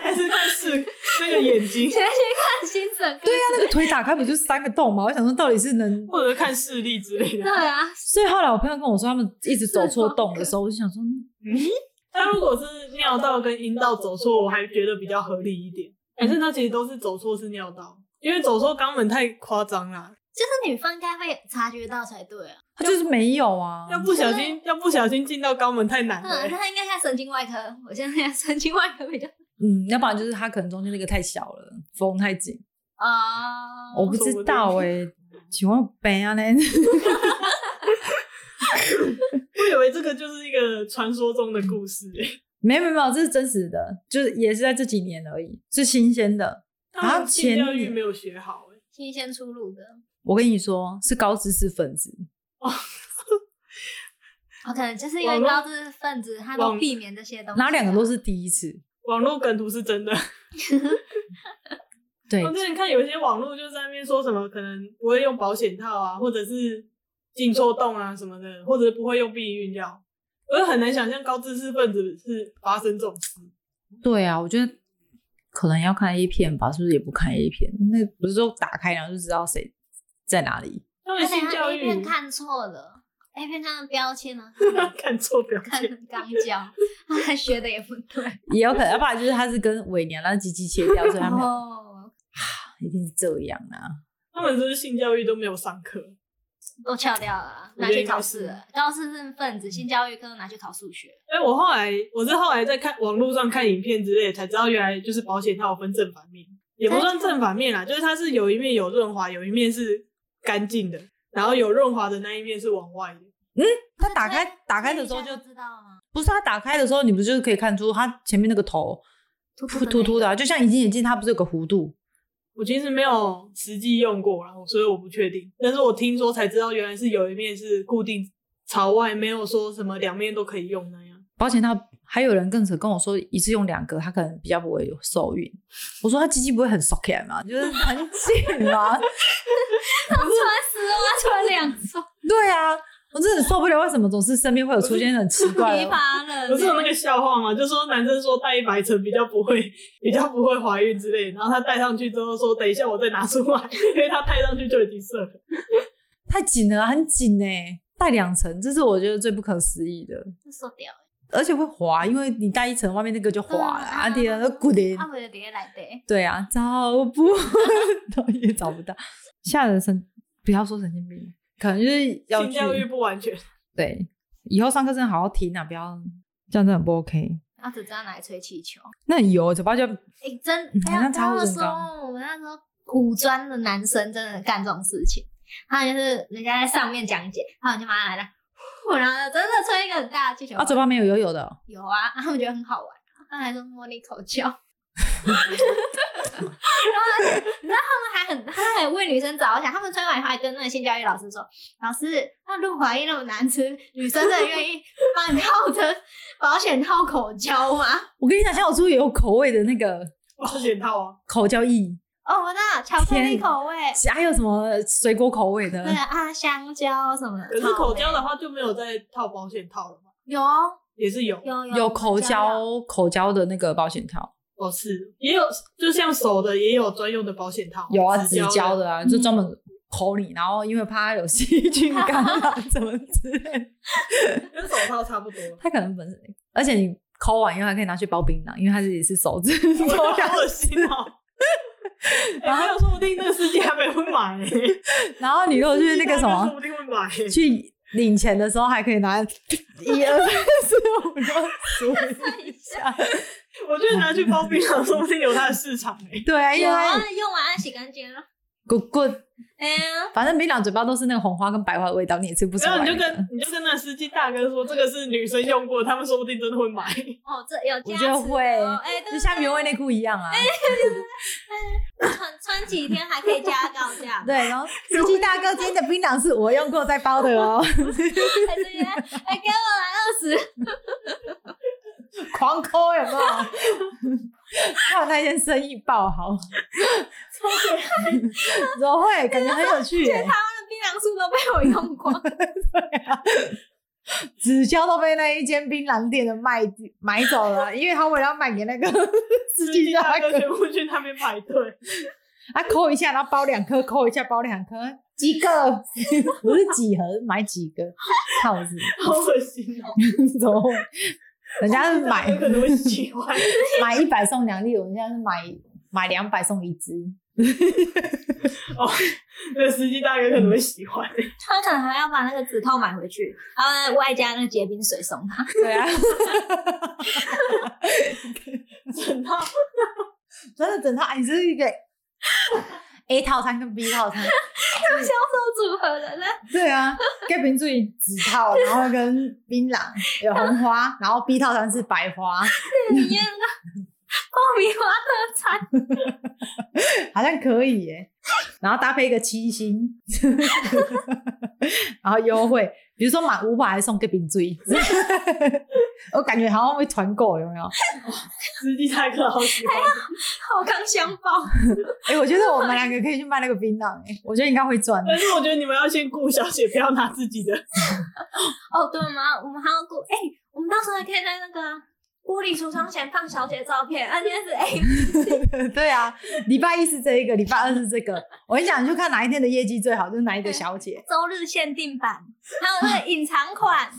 S1: 还是看是那个眼 睛
S3: 应，该去看精神科。对啊，
S2: 他那个腿打开不就三个洞吗？我想说到底是能，
S1: 或者看视力之类的。
S3: 对啊，
S2: 所以后来我朋友跟我说他们一直走错洞的时候，我就想说，嗯
S1: 他如果是尿道跟阴道走错，我还觉得比较合理一点。
S3: 嗯
S1: 还是他其实都是走错是尿道，因为走错肛门太夸张啦，
S3: 就是女方应该会察觉到才对啊。
S2: 他就是没有啊。
S1: 要不小心要不小心进到肛门太难了、
S3: 嗯，
S1: 欸。
S3: 他应该看神经外科，我现在看神经外科比较
S2: 嗯，要不然就是他可能中间那个太小了，缝太紧，
S3: 啊。
S2: 我不知道哎、 请问北啊呢？
S1: 我以为这个就是一个传说中的故事、欸，
S2: 没有没有没有，这是真实的，就是也是在这几年而已，是新鲜的。
S1: 他
S2: 啊
S1: 们性教
S2: 前
S1: 育
S2: 年
S1: 没有学好、欸，
S3: 新鲜出炉的，
S2: 我跟你说，是高知识分子，
S3: 我哦可能就是因为高知识分子，他都
S1: 网
S3: 避免这些东西、啊
S2: 然后两个都是第一次。
S1: 网络梗图是真的。
S2: 哦对
S1: 我，之前看有一些网络就在那边说什么可能不会用保险套啊，或者是进错洞啊什么的，或者不会用避孕药，我就很难想象高知识分子是发生这种事。
S2: 对啊，我觉得可能要看 A 片吧，是不是也不看 A 片？那不是说打开然后就知道谁在哪里？
S1: 他们
S3: 而且
S1: 性
S3: 他
S1: 教
S3: A
S1: 育
S3: 片看错了，A 片上的标 签呢、
S1: 看错表
S3: 看
S1: 情，
S3: 肛交，他学的也不对。
S2: 也有可能，要不然就是他是跟伪娘，但是鸡鸡切掉，
S1: 啊
S2: 所以他们
S3: 哦，
S2: 一定是这样啊。
S1: 他们就是性教育都没有上课。
S3: 都翘掉了啊，
S1: 我
S3: 拿
S1: 觉得
S3: 去
S1: 应该
S3: 考试
S1: 是
S3: 了。高知识分子性教育课拿去考数学，
S1: 哎、我后来我是后来在看网络上看影片之类，才知道原来就是保险套有分正反面，也不算正反面啦，就是它是有一面有润滑，有一面是干净的，然后有润滑的那一面是往外的。
S2: 他打开打开的时候
S3: 所以
S2: 就
S3: 一下知道了 吗？
S2: 不是他打开的时候，你不就是可以看出他前面那个头
S3: 突
S2: 突
S3: 突的
S2: 突
S3: 那
S2: 突
S3: 个
S2: 的、啊，就像隐形眼镜，它不是有个弧度？
S1: 我其实没有实际用过啦，所以我不确定。但是我听说才知道，原来是有一面是固定朝外，没有说什么两面都可以用那样。
S2: 保险套还有人更扯，跟我说一次用两个，他可能比较不会有受孕。我说他鸡鸡不会很缩起来嘛， 就是很紧嘛。
S3: 穿丝袜穿两双，
S2: 对啊，我真的很受不了，为什么总是身边会有出现很奇怪
S3: 疲
S2: 的？
S3: 乏了。
S1: 啊不是有那个笑话吗？就说男生说戴一百层比较不会，比较不会怀孕之类的，然后他戴上去之后说等一下我再拿出来， 因为他戴上去就已经射了。
S2: 太紧了，很紧呢、戴两层，这是我觉得最不可思议的，
S3: 这受不了欸，
S2: 而且会滑，因为你戴一层，外面那个就滑了，啊，第二个固定。
S3: 啊，我就直接来的。
S2: 对啊，找不到 也找不到，吓人神不要说神经病，可能就是要
S1: 性教育
S2: 去
S1: 不完全，
S2: 对，以后上课真的好好听啊，不要这样真的很不 OK。
S3: 然后只知道拿来吹气球，
S2: 那很油，嘴巴就
S3: 哎、真
S2: 嗯
S3: 不
S2: 好
S3: 要
S2: 像
S3: 不
S2: 差不
S3: 要
S2: 多这么
S3: 说
S2: 高
S3: 我们那时候古专的男生真的干这种事情，他就是人家在上面讲解，然后我就马上来了，呼然后真的吹一个很大的气球，
S2: 啊，嘴巴没有油油的哦，
S3: 有啊，然后我觉得很好玩，他还说摸你口 交。然后而且你知道他们还很，他还为女生着想，他们吹完以后还跟那个性教育老师说：“老师，那润滑液那么难吃，女生真的愿意帮你套着保险套口交吗？”
S2: 我跟你讲，像我出有口味的那个
S1: 保险套啊，
S2: 口交液，
S3: 哦，我知道巧克力
S2: 天
S3: 口味，
S2: 还有什么水果口味的
S3: 对，啊，香蕉什么的。
S1: 可是口交
S3: 草莓
S1: 的话就没有再套保险套了嘛，
S3: 有
S1: 也是有
S3: 有
S2: 有
S3: 有
S2: 口交口交的那个保险套，
S1: 哦是也有，就像手的也有专用的保险套，
S2: 有啊，
S1: 指
S2: 直交
S1: 的
S2: 的啊，就专门口你，然后因为怕它有细菌感染什么之类的。
S1: 跟手套差 不多。
S2: 它可能本身，而且你抠完以后还可以拿去包槟榔，因为它自己是手 指
S1: 我好恶心哦！ 然后说不定那个世界还没会买、 欸，
S2: 然后你如果去那个什
S1: 大家说
S2: 么
S1: 不定会买、欸。
S2: 去领钱的时候，还可以拿一二三四五 六数一下。
S1: 我觉得拿去包槟榔，说不定有它的市场、 欸。
S2: 对啊，因
S3: 有
S2: 为
S3: 啊
S2: 它，
S3: 用完要洗干净了。
S2: 滚滚，
S3: 哎呀，
S2: 反正槟榔嘴巴都是那个红花跟白花的味道，你也吃不出
S1: 然后
S2: 来
S1: 你就
S2: 那个。
S1: 跟你就跟那司机大哥说，这个是女生用过，他们说不定真的会买。
S3: 哦，这有
S2: 我
S3: 加
S2: 觉得
S3: 持
S2: 会
S3: 哦哎，，对
S2: 就像原味内裤一样啊。
S3: 穿穿几天还可以加高 价，
S2: 对，然后司机大哥今天的槟榔是我用过再包的哦，
S3: 还是原来还哎给我来二十，
S2: 狂抠有没有？ 看那天生意爆好，怎么会？感觉很有趣 耶，
S3: 他的槟榔树都被我用光。
S2: 纸胶都被那一间槟榔店的卖买走了，因为他为了要卖给那 个司
S1: 司
S2: 机
S1: 机
S2: 大
S1: 大
S2: 哥
S1: 哥，全部去那边排队，
S2: 他啊抠一下，然后包两颗，抠一下包两颗，几个？不是几盒，买几个套子？
S1: 好恶心哦！
S2: 怎么会？人家是买
S1: 司机大哥可能会喜欢，哦
S2: 买一百送两粒，我们现在是买买两百送一只，
S1: 哦，那个司机大哥可能会喜欢、
S3: 他可能还要把那个指套买回去，然后外加那个结冰水送他。
S2: 对啊，
S1: 整套
S2: 真的整套，哎，你这是一个 A 套餐跟 B 套餐，
S3: 销售组合的呢？
S2: 对啊，跟冰注意紫套，然后跟槟榔有红花，然后 B 套餐是白花，
S3: 体验了爆米花特产，
S2: 好像可以耶。然后搭配一个七星，然后优惠，比如说满五百还送个冰注意，我感觉好像会团购，有没有？
S1: 司机大哥好喜欢。
S3: 好康相报。
S2: 哎、我觉得我们两个可以去卖那个槟榔、哎，我觉得应该会赚的
S1: 但。是我觉得你们要先顾小姐，不要拿自己的。
S3: 哦，对吗？我们还要顾哎、我们到时候还可以在那个玻璃橱窗前放小姐照片，啊，今天是哎、
S2: 对啊，礼拜一是这一个，礼拜二是这个。我跟你讲，你就看哪一天的业绩最好，就是哪一个小姐。
S3: 周日限定版，还有那个隐藏款，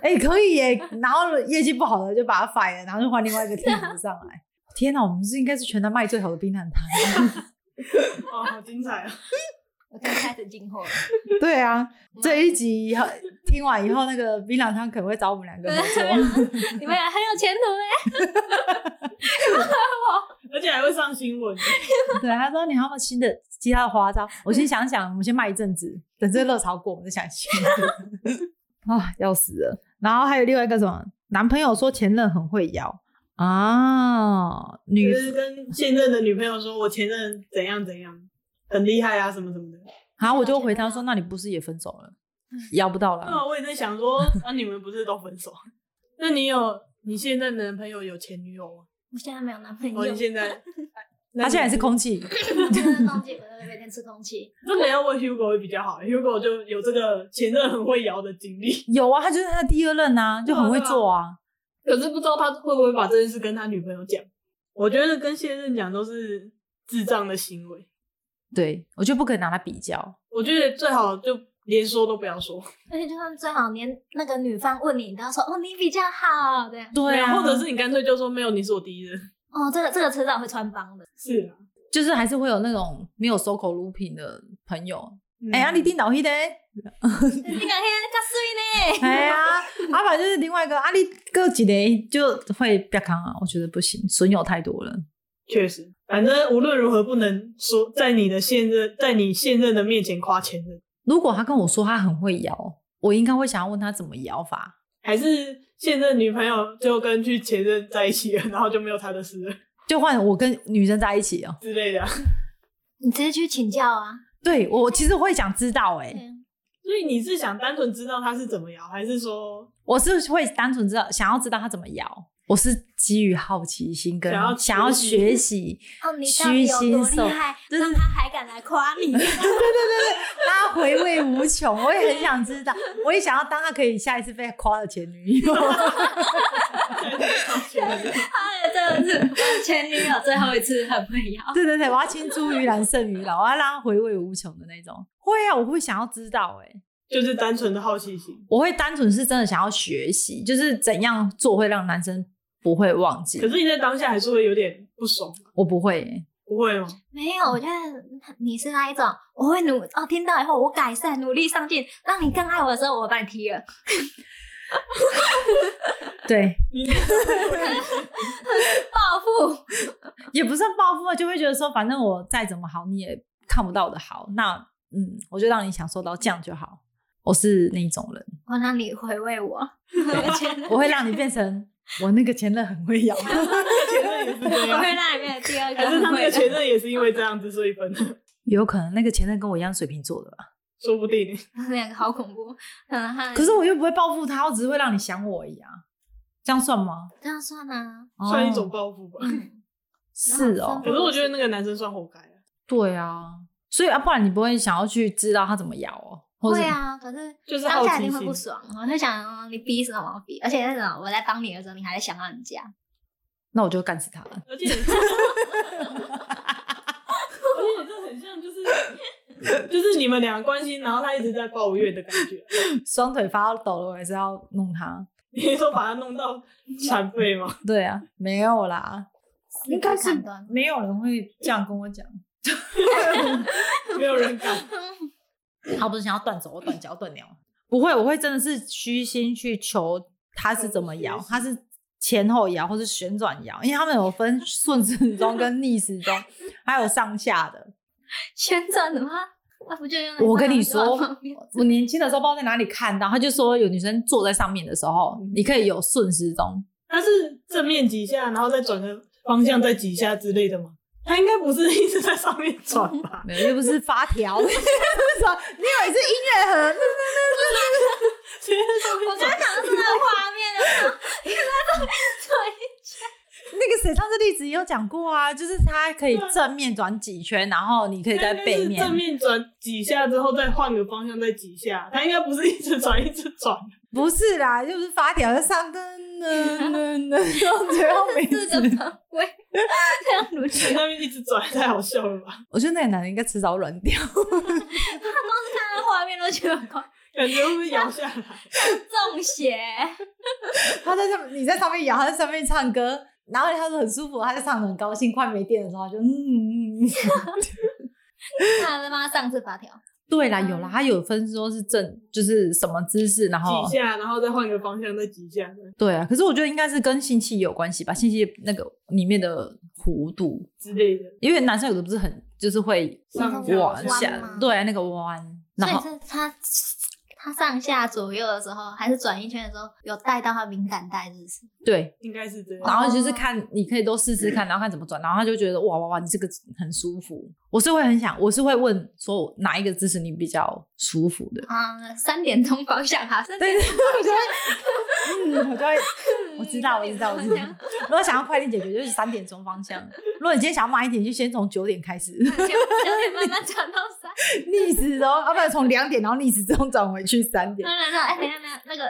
S2: 哎、可以耶。然后业绩不好的就把它 fire，然后就换另外一个替补上来。 天哪，我们是应该是全台卖最好的冰糖摊。
S1: 哦，好精彩啊！
S3: 我刚开始进货了。
S2: 对啊，这一集以后听完以后，那个槟榔摊可能会找我们两个合作。
S3: 啊你们俩很有前途哎、
S1: 而且还会上新闻。
S2: 对，他说你还有没有新的其他的花招？我先想想，我们先卖一阵子，等这热潮过，我们再想新的。 啊，要死了！然后还有另外一个什么，男朋友说前任很会摇啊，女
S1: 就是跟现任的女朋友说，我前任怎样怎样，很厉害啊，什么什么的。
S2: 啊，嗯哦我就回他说，那你不是也分手了？摇不到了。
S1: 那嗯我也在想 说，那、你们不是都分手？ 那你有你现任的男朋友有前女友吗？
S3: 我现在没有男朋友，
S1: 哦，你现 在，
S2: 他现在也是空气，
S3: 真的空气，我每天吃空气。
S1: 这个要问 Hugo 会比较好，Hugo 就有这个前任很会摇的经历，
S2: 有啊，他就是他的第二任啊，就很会做啊。
S1: 可是不知道他会不会把这件事跟他女朋友讲。我觉得跟现任讲都是智障的行为，
S2: 对，我就不可以拿他比较。
S1: 我觉得最好就连说都不要说，
S3: 而且就算最好连那个女方问你，你都要说哦你比较好，对。
S2: 对
S1: 没有
S2: 啊，
S1: 或者是你干脆就说没有，你是我第一任。
S3: 哦，这个这个迟早会穿帮的。
S1: 是啊，
S2: 就是还是会有那种没有收口如瓶的朋友。
S1: 嗯
S2: 哎呀，你听到迄个？
S3: 你讲嘿，较水 呢。
S2: 哎呀，阿爸就是另外一个阿力哥几个就会不要扛啊，我觉得不行，损友太多了。
S1: 确实，反正无论如何不能说在你的现任，在你现任的面前夸前任，
S2: 如果他跟我说他很会摇，我应该会想要问他怎么摇法。
S1: 还是现任女朋友就跟去前任在一起了， 然后就没有他的事了
S2: 就换我跟女生在一起哦，
S1: 之类的啊、
S3: 你直接去请教啊。
S2: 对我其实会想知道哎、
S3: 嗯
S1: 所以你是想单纯知道他是怎么摇，还是说
S2: 我是会单纯知道想要知道他怎么摇，我是基于好奇心跟
S1: 想要
S2: 想要
S1: 学习
S2: 学习，
S3: 哦，你到底有多
S2: 虚心受
S3: 厉害，
S2: 对对
S3: 让他还敢来夸你？
S2: 大家回味无穷，我也很想知道，我也想要当他可以下一次被夸的前女友。
S3: 哎，真的是我前女友最后一次很会摇。
S1: 哦
S2: 对对对，我要青出于蓝胜于蓝，我要让他回味无穷的那种。会啊，我会想要知道、欸，
S1: 就是单纯的好奇心？
S2: 我会单纯是真的想要学习，就是怎样做会让男生不会忘记
S1: 可。是你在当下还是会有点不爽，
S2: 我不会、欸，
S1: 不会吗？
S3: 没有，我觉得你是那一种，我会努哦，听到以后我改善，努力上进，当你更爱我的时候，我把你踢了。
S2: 对，
S1: 你
S3: 报复，
S2: 也不算报复啊，就会觉得说，反正我再怎么好，你也看不到我的好。那嗯，我就让你享受到这样就好。我是那种人，
S3: 我让哦你回味我。
S2: 我会让你变成我那个前任很会咬。
S1: 前任也是这
S3: 我
S1: 样，
S3: 会让你变成第 二个
S1: 还是他
S3: 很
S1: 那
S3: 会
S1: 个
S3: 的
S1: 前任也是因为这样子所以分的，
S2: 有可能那个前任跟我一样水瓶座的吧？
S1: 说不定。
S3: 两个好恐怖。嗯，他
S2: 可是我又不会报复他，我只是会让你想我而已啊。这样算吗？
S3: 这样算啊，
S1: 算一
S2: 哦
S1: 种报复吧。
S3: 嗯，
S2: 是
S3: 然后
S2: 哦
S3: 分，
S1: 可是我觉得那个男生算活该啊、
S2: 对啊，所以啊，不然你不会想要去知道他怎么咬哦，或者
S3: 会啊，可是
S1: 就是好
S3: 当
S1: 奇
S3: 下一定会
S1: 心
S3: 不爽，我就想哦你逼什么逼？而且那种我在帮你的时候，你还在想到人家，
S2: 那我就干死他了。
S1: 而且，而 且这很像就是就是你们俩的关系，然后他一直在抱怨的感觉。
S2: 双腿发抖了，我还是要弄他。
S1: 你是说把他弄到残废吗？
S2: 对啊，没有啦，
S3: 应该是砍断。
S2: 没有人会这样跟我讲。
S1: 没有人敢。
S2: 他不是想要断手、断脚、断鸟，不会，我会真的是虚心去求他是怎么摇，他是前后摇或是旋转摇，因为他们有 分顺时钟跟逆时钟，还有上下的。
S3: 旋转的话，那不就用来
S2: 我跟
S3: 放
S2: 你
S3: 在
S2: 说
S3: 旁边，
S2: 我年轻的时候不知道在哪里看到，他就说有女生坐在上面的时候，你可以有顺时钟，
S1: 他是正面几下，然后再转个方向再几下之类的吗？他应该不是一直在上面转吧？
S2: 没有，又不是发 条，为什么你有一次音乐盒，
S1: 直接在上
S3: 我
S1: 面
S3: 刚
S1: 转
S3: 刚想到是那个画面，然后对，
S2: 那个谁上次例子也有讲过啊，就是他可以正面转几圈，然后你可以在
S1: 他应该
S2: 背
S1: 是
S2: 面，
S1: 正面转几下之后，再换个方向再几下，他应该不是一直转一直转。
S2: 不是啦，就是发条就上噔 噔噔噔， 然后最后没
S3: 这
S2: 事。
S3: 个方位这样如此，
S1: 在那边一直转，太好笑了吧？
S2: 我觉得那个男人应该迟早软掉，
S3: 看到画面都觉得很快
S1: 感觉会不会摇下来？
S3: 中邪。
S2: 他在上你在上面摇，他在上面唱歌，然后他说很舒服，他就唱的很高兴，快没电的时候他就嗯 嗯嗯。
S3: 他在帮他上次发条，
S2: 对啦，有啦，他有分说是正，就是什么姿势，然后
S1: 几下，然后再换个方向再几下。
S2: 对啊，可是我觉得应该是跟性器有关系吧，性器那个里面的弧度，
S1: 之类的，
S2: 因为男生有的不是很就是会
S1: 上下
S2: 往
S3: 弯
S2: 下
S3: 吗，
S2: 对啊，那个弯，
S3: 所
S2: 然
S3: 以
S2: 后
S3: 是他他上下左右的时候，还是转一圈的时候，有带到他敏感带，是不是？。
S2: 对，
S1: 应该是这样。
S2: 然后就是看，你可以都试试看，然后看怎么转，然后他就觉得哇哇哇，你这个很舒服。我是会很想，我是会问说我哪一个姿势你比较舒服的
S3: 啊，三点钟方向哈，三点
S2: 对，我就会，嗯，我就会，我知道，我知道，我知道。如果想要快点解决，就是三点钟方向。如果你今天想要慢一点，就先从九点开始
S3: 九点慢慢转到三。
S2: 逆时钟，要不然从两点，然后逆时钟转回去三点。
S3: 然后哎，等一下，等一下，那个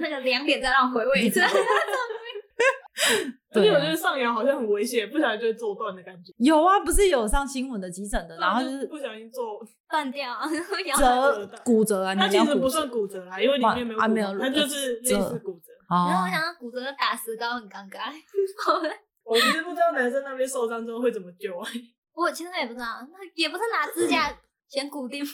S3: 那个两点再让我回味一次。
S1: 而且
S2: 对啊
S1: 我觉得上扬好像很危险，不小心就会坐断的感觉。
S2: 有啊，不是有上新闻的急诊的，然后就是
S1: 不小心坐，
S3: 断掉，然后摇到
S1: 折
S2: 折骨折啊，你
S1: 它其
S2: 要
S1: 实
S2: 骨
S1: 不
S2: 折
S1: 算骨折啦，因为里面没有骨
S2: 啊没有
S1: 头，它就是类似骨折。
S3: 然后
S2: 哦
S3: 我想到骨折打石膏很尴尬，
S1: 我其实不知道男生那边受伤之后会怎么救啊，
S3: 我其实也不知道，那也不是拿支
S1: 嗯
S3: 架先固定，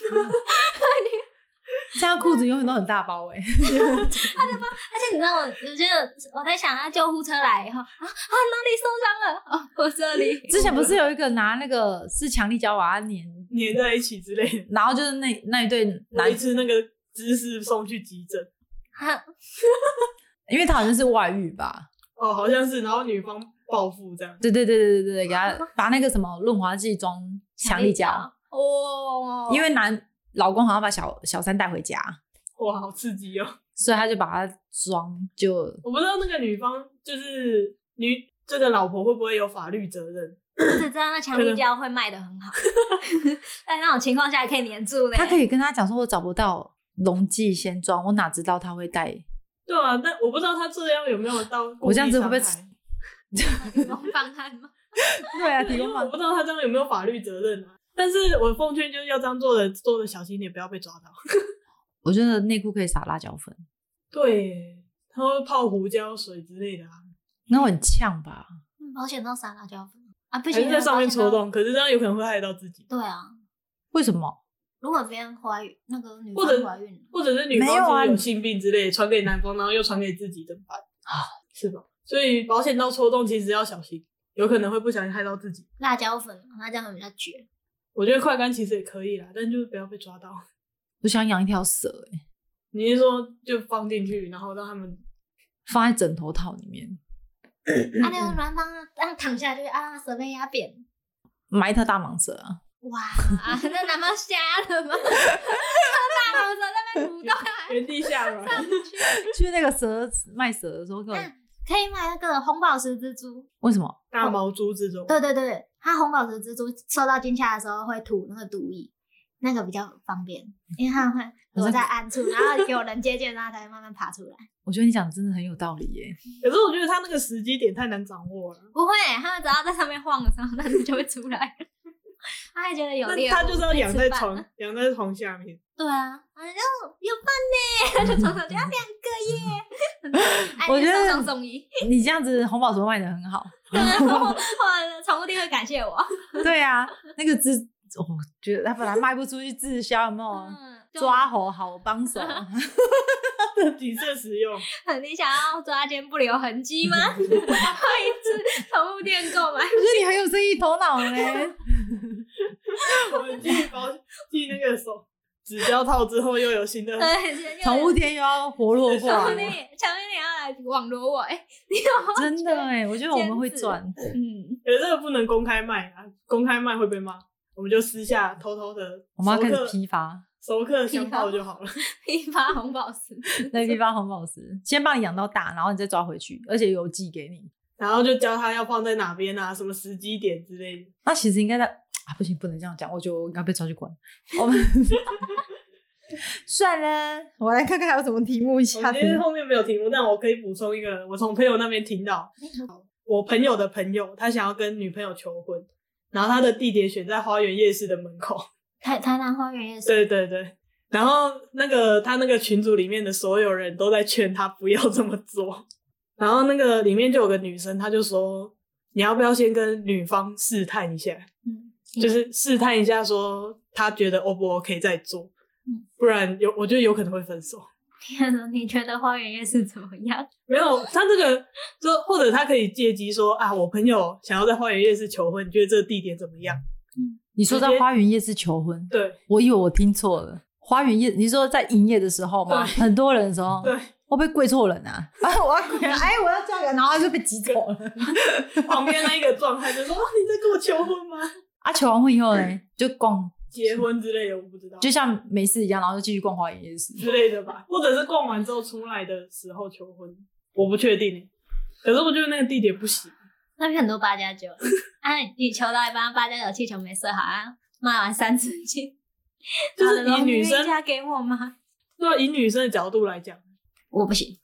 S2: 现在裤子永远都很大包哎、
S3: 而且你知道我，我觉得我在想，他救护车来以后，啊啊哪里受伤了？哦， 我这里。
S2: 之前不是有一个拿那个是强力胶把它粘，
S1: 粘在一起之类的，
S2: 然后就是那那一对男
S1: 维，持那个姿势送去急诊。
S3: 啊，
S2: 因为他好像是外遇吧？
S1: 哦，好像是，然后女方报复这样。
S2: 对对对对对对，给 他把那个什么润滑剂装强力胶，
S3: 哦，
S2: 因为男老公好像把小小三带回家，
S1: 哇，好刺激哦！
S2: 所以他就把它装就
S1: 我不知道那个女方就是女这个老婆会不会有法律责任？
S3: 只知道那强力胶会卖 的很好，在那种情况下也可以粘住呢。
S2: 他可
S3: 以
S2: 以跟他讲说，我找不到溶剂先装，我哪知道他会带？
S1: 对啊，但我不知道她这样有没有到故
S2: 我
S1: 意
S2: 这样子
S1: 伤
S2: 会
S1: 害。
S2: 不会
S3: 放开吗？
S2: 对 啊，
S1: 因为我不知道他这样有没有法律责任啊。但是我奉劝就是要这样做的，做的小心点，不要被抓到。
S2: 我觉得内裤可以撒辣椒粉，
S1: 对，他会泡胡椒水之类的啊，
S2: 那会很呛吧？
S3: 嗯保险套撒辣椒粉啊，不
S1: 还是
S3: 行，
S1: 在上面
S3: 保险套
S1: 戳。洞，可是这样有可能会害到自己，
S3: 对啊，
S2: 为什么？
S3: 如果别人怀孕，那个女
S1: 或者
S3: 方怀孕了，
S1: 或者是女方
S2: 没有啊
S1: 是不是有
S2: 你
S1: 性病之类的，传给男方，然后又传给自己，怎么办？啊，是吧？所以保险到戳洞其实要小心，有可能会不小心害到自己。
S3: 辣椒粉，那这样比较绝。
S1: 我觉得快干其实也可以啦，但就是不要被抓到。
S2: 我想养一条蛇、欸，
S1: 你是说就放进去，然后让他们
S2: 放在枕头套里面。
S1: 嗯
S3: 啊，那个男方让躺下去，啊，让舌被压扁。
S2: 埋一条大蟒蛇啊！
S3: 哇，那男方瞎了吗？ 大蟒蛇在那边蠕动啊，
S1: 原地下软？
S2: 去那个蛇卖蛇的时候，给我
S3: 嗯可以买那个红宝石蜘蛛。
S2: 为什么？
S1: 大毛猪这种，
S3: 对对对，它红宝石蜘蛛受到惊吓的时候会吐那个毒液，那个比较方便，因为它会躲在暗处，然后有人接近，然后才会慢慢爬出来。
S2: 我觉得你讲的真的很有道理耶、
S1: 可是我觉得他那个时机点太难掌握了。
S3: 不会，它们只要在上面晃的时候，那只就会出来。 它还觉得有猎
S1: 那
S3: 物，
S1: 他就是要
S3: 被
S1: 养
S3: 吃
S1: 在
S3: 饭啊了
S1: 床，养在床下面。
S3: 对啊，然后有伴呢，就 床上就要两个耶。哎
S2: 我觉得
S3: 送送送医，
S2: 你这样子红宝石卖的很好，
S3: 对，啊我我宠物店会感谢我。
S2: 对啊，那个自，我觉得他本来卖不出去滞销，有没有？
S3: 嗯，就
S2: 抓猴好帮手，
S1: 谨慎使用。
S3: 很你想要抓奸不留痕迹吗？ 欢迎至宠物店购
S2: 我觉
S3: 买。
S2: 得你很有生意头脑嘞。
S1: 我们寄 包寄那个手纸胶套之后，又有新的。
S3: 对，
S2: 宠物店又要活络
S3: 宠
S2: 化
S3: 物
S2: 了，
S3: 店也，宠物店也要来网罗我。哎，你有
S2: 真的哎、我觉得我们会
S3: 兼职
S2: 赚。
S3: 嗯，
S1: 可是这个不能公开卖啊，公开卖会被骂。我们就私下偷偷的，
S2: 我们要开
S1: 熟
S2: 始
S1: 客
S2: 批发，
S1: 熟客香泡就好了。
S3: 批发红宝石，
S2: 那批发红宝石，先帮你养到大，然后你再抓回去，而且邮寄给你。
S1: 然后就教他要放在哪边啊，什么时机点之类的。
S2: 那其实应该在啊，不行，不能这样讲，我觉得我应该被抓去关。我 们 算了，我来看看还有什么题目
S1: 我
S2: 下
S1: 们今天
S2: 次。
S1: 后面没有题目，但我可以补充一个，我从朋友那边听到，我朋友的朋友他想要跟女朋友求婚，然后他的地点选在花园夜市的门口。
S3: 台台南花园夜市。
S1: 对对对，然后那个他那个群组里面的所有人都在劝他不要这么做， 然后那个里面就有个女生，她就说你要不要先跟女方试探一下，
S3: 嗯，
S1: 就是试探一下说她觉得 O 不 OK 再做
S3: 嗯，
S1: 不然有我觉得有可能会分手。
S3: 天哪，你觉得花园夜市怎么样？
S1: 没有，他这个说或者他可以借机说啊，我朋友想要在花园夜市求婚，你觉得这个地点怎么样？
S2: 你说在花园夜市求婚，
S1: 对
S2: 我以为我听错了。花园夜，你说在营业的时候吗？
S1: 对
S2: 很多人的时候，
S1: 对，
S2: 会不会跪错人啊？ 啊，我要跪，哎，我要嫁给，然后他就被挤走了。
S1: 旁边那一个状态就说、哦、你在跟我求婚吗？
S2: 啊，求完婚以后呢，就逛，
S1: 结婚之类的，我不知道，
S2: 就像没事一样，然后就继续逛花园夜市。
S1: 之类的吧，或者是逛完之后出来的时候求婚，我不确定。欸可是我觉得那个地点不行，
S3: 那边很多八加九，啊，你求到一半，八加九气球没射好啊，骂完三次气，
S1: 就是
S3: 好了
S1: 以女
S3: 你愿
S1: 生
S3: 意嫁给我吗？
S1: 对，以女生的角度来讲，
S3: 我不行，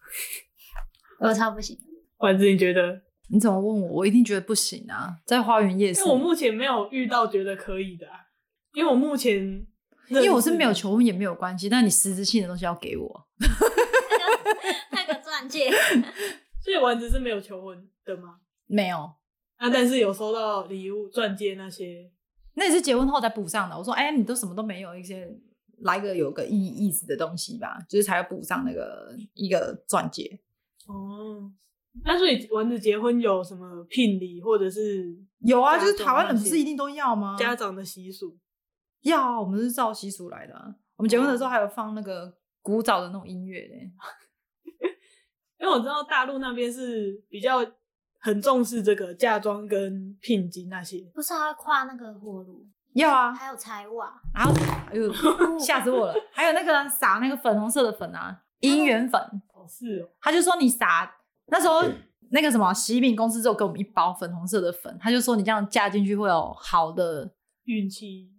S3: 我超不行。
S1: 丸子你觉得？
S2: 你怎么问我？我一定觉得不行啊，在花园夜市
S1: 因为，我目前没有遇到觉得可以的、啊，因为我目前
S2: 因为我是没有求婚也没有关系，但你实质性的东西要给我。
S3: 那个钻戒，
S1: 所以丸子是没有求婚的嘛。
S2: 没有，
S1: 啊，但是有收到礼物、钻戒那些，
S2: 那也是结婚后才补上的。我说，哎、你都什么都没有，一些来个有个意意思的东西吧，就是才会补上那个一个钻戒。
S1: 哦，那所以丸子结婚有什么聘礼或者是
S2: 有啊，
S1: 嫁
S2: 就
S1: 妆
S2: 是台湾人不
S1: 那
S2: 是
S1: 些
S2: 一定都要吗？
S1: 家长的习俗？
S2: 要啊，我们是照习俗来的啊、我们结婚的时候还有放那个古早的那种音乐嘞。
S1: 因为我知道大陆那边是比较很重视这个嫁妆跟聘金那些，
S3: 不是还要跨那个火炉，
S2: 要啊，
S3: 还有柴瓦，
S2: 然后哎呦，吓死我了！还有那个啊撒那个粉红色的粉啊，姻缘粉，
S1: 哦是哦，
S2: 他就说你撒那时候那个什么喜饼公司就给我们一包粉红色的粉，他就说你这样嫁进去会有好的，
S1: 运气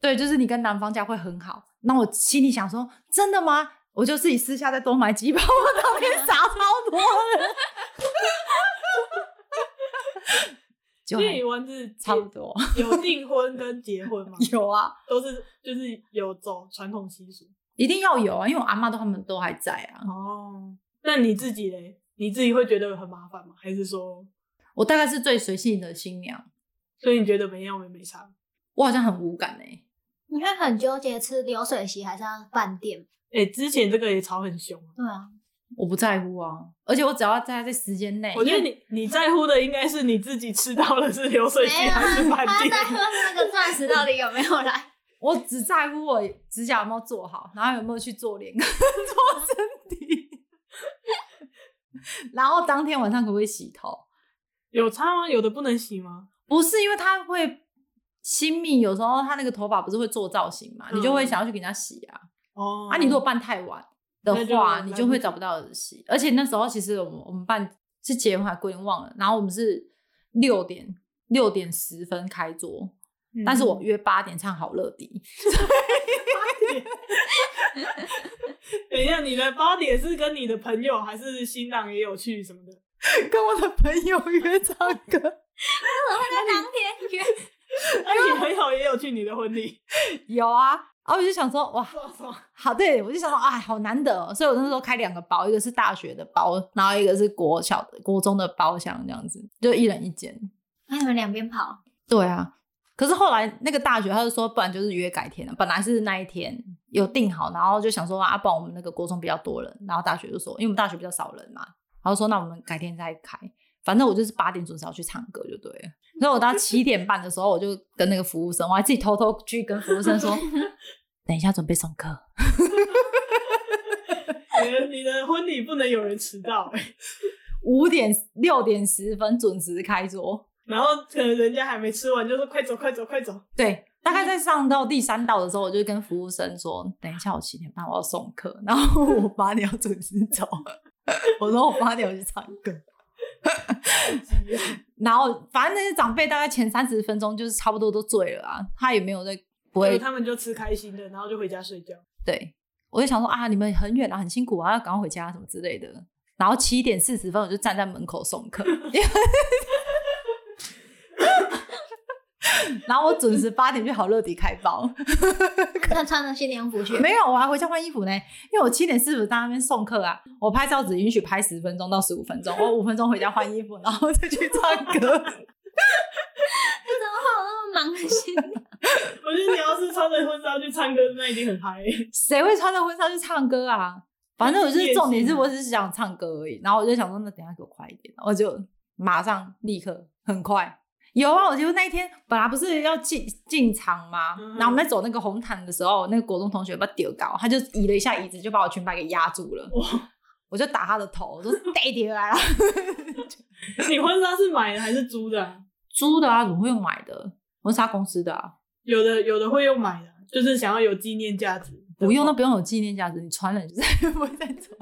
S2: 对，就是你跟男方嫁会很好。那我心里想说，真的吗？我就自己私下再多买几包，我当天撒超多的，就
S1: 所以丸子
S2: 差不多
S1: 有订婚跟结婚嘛，
S2: 有啊，
S1: 都是就是有走传统习俗
S2: 一定要有啊，因为我阿妈都他们都还在啊。
S1: 哦。那你自己嘞？你自己会觉得很麻烦吗？还是说，
S2: 我大概是最随性的新娘，
S1: 所以你觉得没有也没差？
S2: 我好像很无感哎、
S3: 你会很纠结吃流水席还是要饭店？
S1: 哎、之前这个也吵很凶啊、
S3: 对啊，
S2: 我不在乎啊，而且我只要在这时间内，
S1: 我觉得
S2: 哎因为
S1: 你你在乎的应该是你自己吃到了是流水席
S3: 没有
S1: 还是
S3: 啊，
S1: 饭
S3: 他
S1: 店
S3: 在，喝 那个钻石到底有没有来？
S2: 我只在乎我指甲有没有做好，然后有没有去做脸跟 做身体，然后当天晚上可不可以洗头？
S1: 有差吗？有的不能洗吗？
S2: 不是因为他会新密，有时候他那个头发不是会做造型嘛，你就会
S1: 嗯
S2: 想要去给人家洗啊。
S1: 哦，
S2: 啊，你如果办太晚的
S1: 那就
S2: 话，
S1: 来
S2: 你
S1: 不
S2: 就会
S1: 及
S2: 找不到人洗。而且那时候其实我们我们办是结婚还归零忘了，然后我们是六点六点十分开桌，
S1: 嗯
S2: 但是我约八点唱好乐迪，
S1: 等一下，你的八点是跟你的朋友还是新郎也有去什么的？
S2: 跟我的朋友约唱歌，
S3: 那当天约
S1: 啊 那你朋友也有去你的婚礼？
S2: 有啊，然后我就想说，哇，
S1: 不知道什 么
S2: 好，对我就想说，哎，好难得、哦，所以我那时候开两个包，一个是大学的包，然后一个是国小的、国中的包厢，这样子，就一人一间。
S3: 那你们哎两边跑，
S2: 对啊，可是后来那个大学他就说，不然就是约改天了。本来是那一天有定好，然后就想说啊，不然我们那个国中比较多人，然后大学就说，因为我们大学比较少人嘛，然后说那我们改天再开。反正我就是八点准时要去唱歌就对了，所以我到七点半的时候，我就跟那个服务生，我还自己偷偷去跟服务生说，等一下准备送客。
S1: 你的哎你的婚礼不能有人迟到、欸，
S2: 五点六点十分准时开桌，
S1: 然后可能人家还没吃完，就说快走快走快走。
S2: 对，大概在上到第三道的时候，我就跟服务生说，等一下我七点半我要送客，然后我八点要准时走， 我说我八点要去唱歌。然后反正那些长辈大概前三十分钟就是差不多都醉了啊，他也没有在不
S1: 所以
S2: 会
S1: 他们就吃开心的，然后就回家睡觉。
S2: 对，我就想说啊，你们很远啊，很辛苦啊，要赶快回家什么之类的。然后七点四十分我就站在门口送客， 因为然后我准时八点去好乐迪开包，
S3: 那穿着新娘服去，
S2: 没有，我还回家换衣服呢，因为我七点四十在那边送客啊，我拍照只允许拍十分钟到十五分钟，我五分钟回家换衣服，然后再去唱歌。
S3: 怎么会有那么哦忙的新娘？
S1: 我觉得你要是穿着婚纱去唱歌，那一定很嗨、哎
S2: 谁会穿着婚纱去唱歌啊？反正我就是重点是
S1: 啊
S2: 我只是想唱歌而已，然后我就想说，那等一下给我快一点，然后就马上立刻很快。有啊，我就那一天本来不是要进进场吗？
S1: 嗯
S2: 然后我们在走那个红毯的时候，那个国中同学把丢高，他就移了一下椅子，就把我裙摆给压住了。
S1: 哇，
S2: 我就打他的头，我说 带回来了。 啊
S1: 你婚纱是买的还是租的啊、
S2: 租的啊，怎么会用买的？婚纱公司的啊，
S1: 有的有的会用买的，就是想要有纪念价值。
S2: 不用都不用有纪念价值，你穿了你就再也 不会再穿。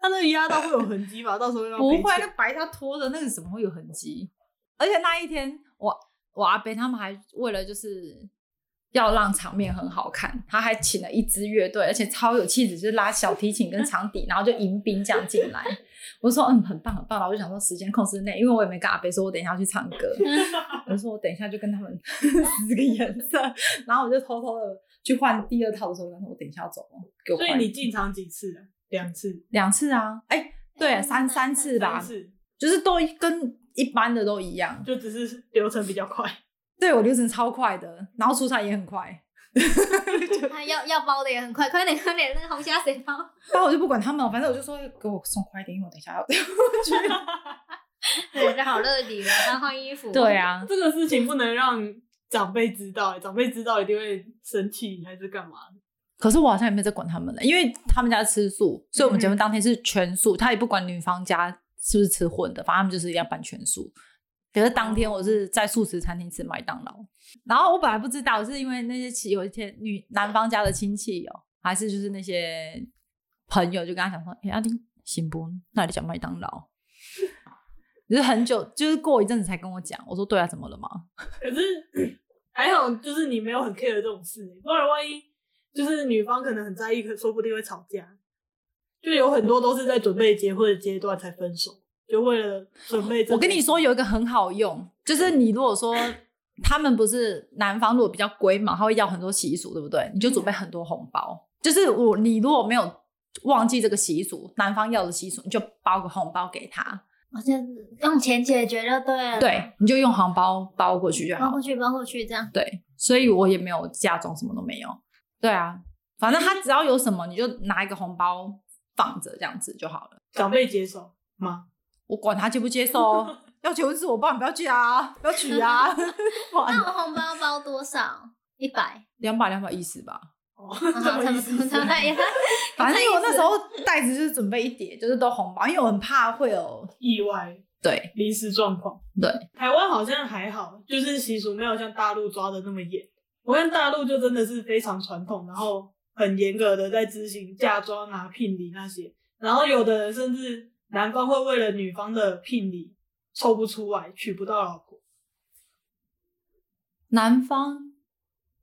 S1: 他那个压到会有痕迹吧？到时候要
S2: 不
S1: 赔
S2: 会，那
S1: 钱
S2: 白纱拖的那个怎么会有痕迹？而且那一天，我我阿贝他们还为了就是要让场面很好看，他还请了一支乐队，而且超有气质，就是拉小提 琴跟长笛，然后就迎宾这样进来。我说嗯，很棒很棒，然后我就想说时间控制内，因为我也没跟阿贝说我等一下要去 唱歌，我就说我等一下就跟他们 使个眼色，然后我就偷偷的去换第二套的时候，我说我等一下要走了，给我
S1: 所以
S2: 换
S1: 你进场几次啊？两次、
S2: 两次啊，哎、对，三三次吧，
S1: 三次，
S2: 就是都跟一般的都一样。
S1: 就只是流程比较快。
S2: 对我流程超快的，然后出差也很快，
S3: 他要要包的也很快，快点快点，那个红虾谁包？
S2: 但我就不管他们了，反正我就说给我送快一点，因为我等一下要
S3: 对，就好乐迪了，然后换衣服。
S2: 对，啊，
S1: 这个事情不能让长辈知道、欸，长辈知道一定会生气还是干嘛的？
S2: 可是我好像也没有在管他们了，因为他们家吃素，所以我们结婚当天是全素，他也不管女方家是不是吃荤的，反正他们就是一样办全素。可是当天我是在素食餐厅吃麦当劳，然后我本来不知道，是因为那些亲有一天女男方家的亲戚有，还是就是那些朋友就跟他讲说：“哎、阿丁行不？那你讲麦当劳。” 就是很久，就是过一阵子才跟我讲。我说：“对啊，怎么了嘛？”
S1: 可是 还好，就是你没有很 care 这种事、欸不然万一就是女方可能很在意，可说不定会吵架。就有很多都是在准备结婚的阶段才分手，就为了准备这。
S2: 我跟你说，有一个很好用，就是你如果说他们不是男方，如果比较龟毛，他会要很多习俗，对不对？你就准备很多红包。就是我，你如果没有忘记这个习俗，男方要的习俗，你就包个红包给他，
S3: 我就用钱解决就对了。，
S2: 对，你就用红包包过去就
S3: 包
S2: 好
S3: 过。去包过去这样。
S2: 对，所以我也没有嫁妆，什么都没有。对啊，反正他只要有什么，你就拿一个红包放着，这样子就好了。
S1: 长辈接受吗？
S2: 我管他接不接受哦，要求就是我爸，你不要去啊，不要娶啊，管
S3: 那我红包包多少？一 百，
S2: 两百两百一十吧。
S1: 哦，
S3: 啊
S1: 这么意思。
S3: 差不多呀。
S2: 反正我那时候袋子就是准备一叠，就是都红包，因为我很怕会有
S1: 意外
S2: 对
S1: 临时状况，
S2: 对，
S1: 台湾好像还好，就是习俗没有像大陆抓的那么严。我看大陆就真的是非常传统，然后很严格的在执行嫁妆啊、聘礼那些。然后有的人甚至男方会为了女方的聘礼抽不出来，娶不到老婆。
S2: 男方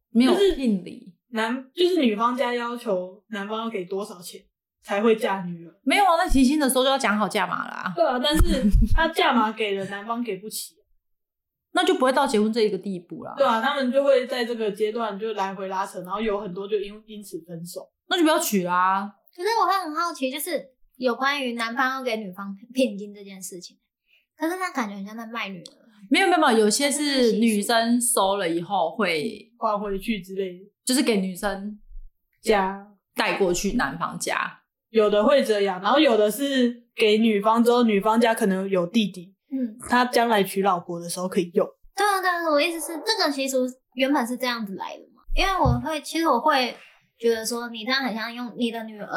S2: 没有
S1: 就是
S2: 聘礼，
S1: 男就是女方家要求男方要给多少钱才会嫁女儿。
S2: 没有啊，那提亲的时候就要讲好价码啦。
S1: 对啊，但是他价码给了，男方给不起。
S2: 那就不会到结婚这一个地步啦。
S1: 对啊，他们就会在这个阶段就来回拉扯，然后有很多就因因此分手。
S2: 那就不要娶啦。
S3: 可是我会很好奇，就是有关于男方要给女方聘金这件事情，可是那感觉很像在卖女儿。
S2: 没有没有没有，有些
S3: 那是习
S2: 是
S3: 俗
S2: 女生收了以后会，
S1: 换回去之类的。
S2: 就是给女生
S1: 加
S2: 带过去男方家。
S1: 有的会这样，然后有的是给女方之后，女方家可能有弟弟，
S3: 嗯，
S1: 他将来娶老婆的时候可以用。
S3: 对啊，对啊，我意思是这个习俗原本是这样子来的嘛，因为我会其实我会觉得说你这样很像用你的女儿，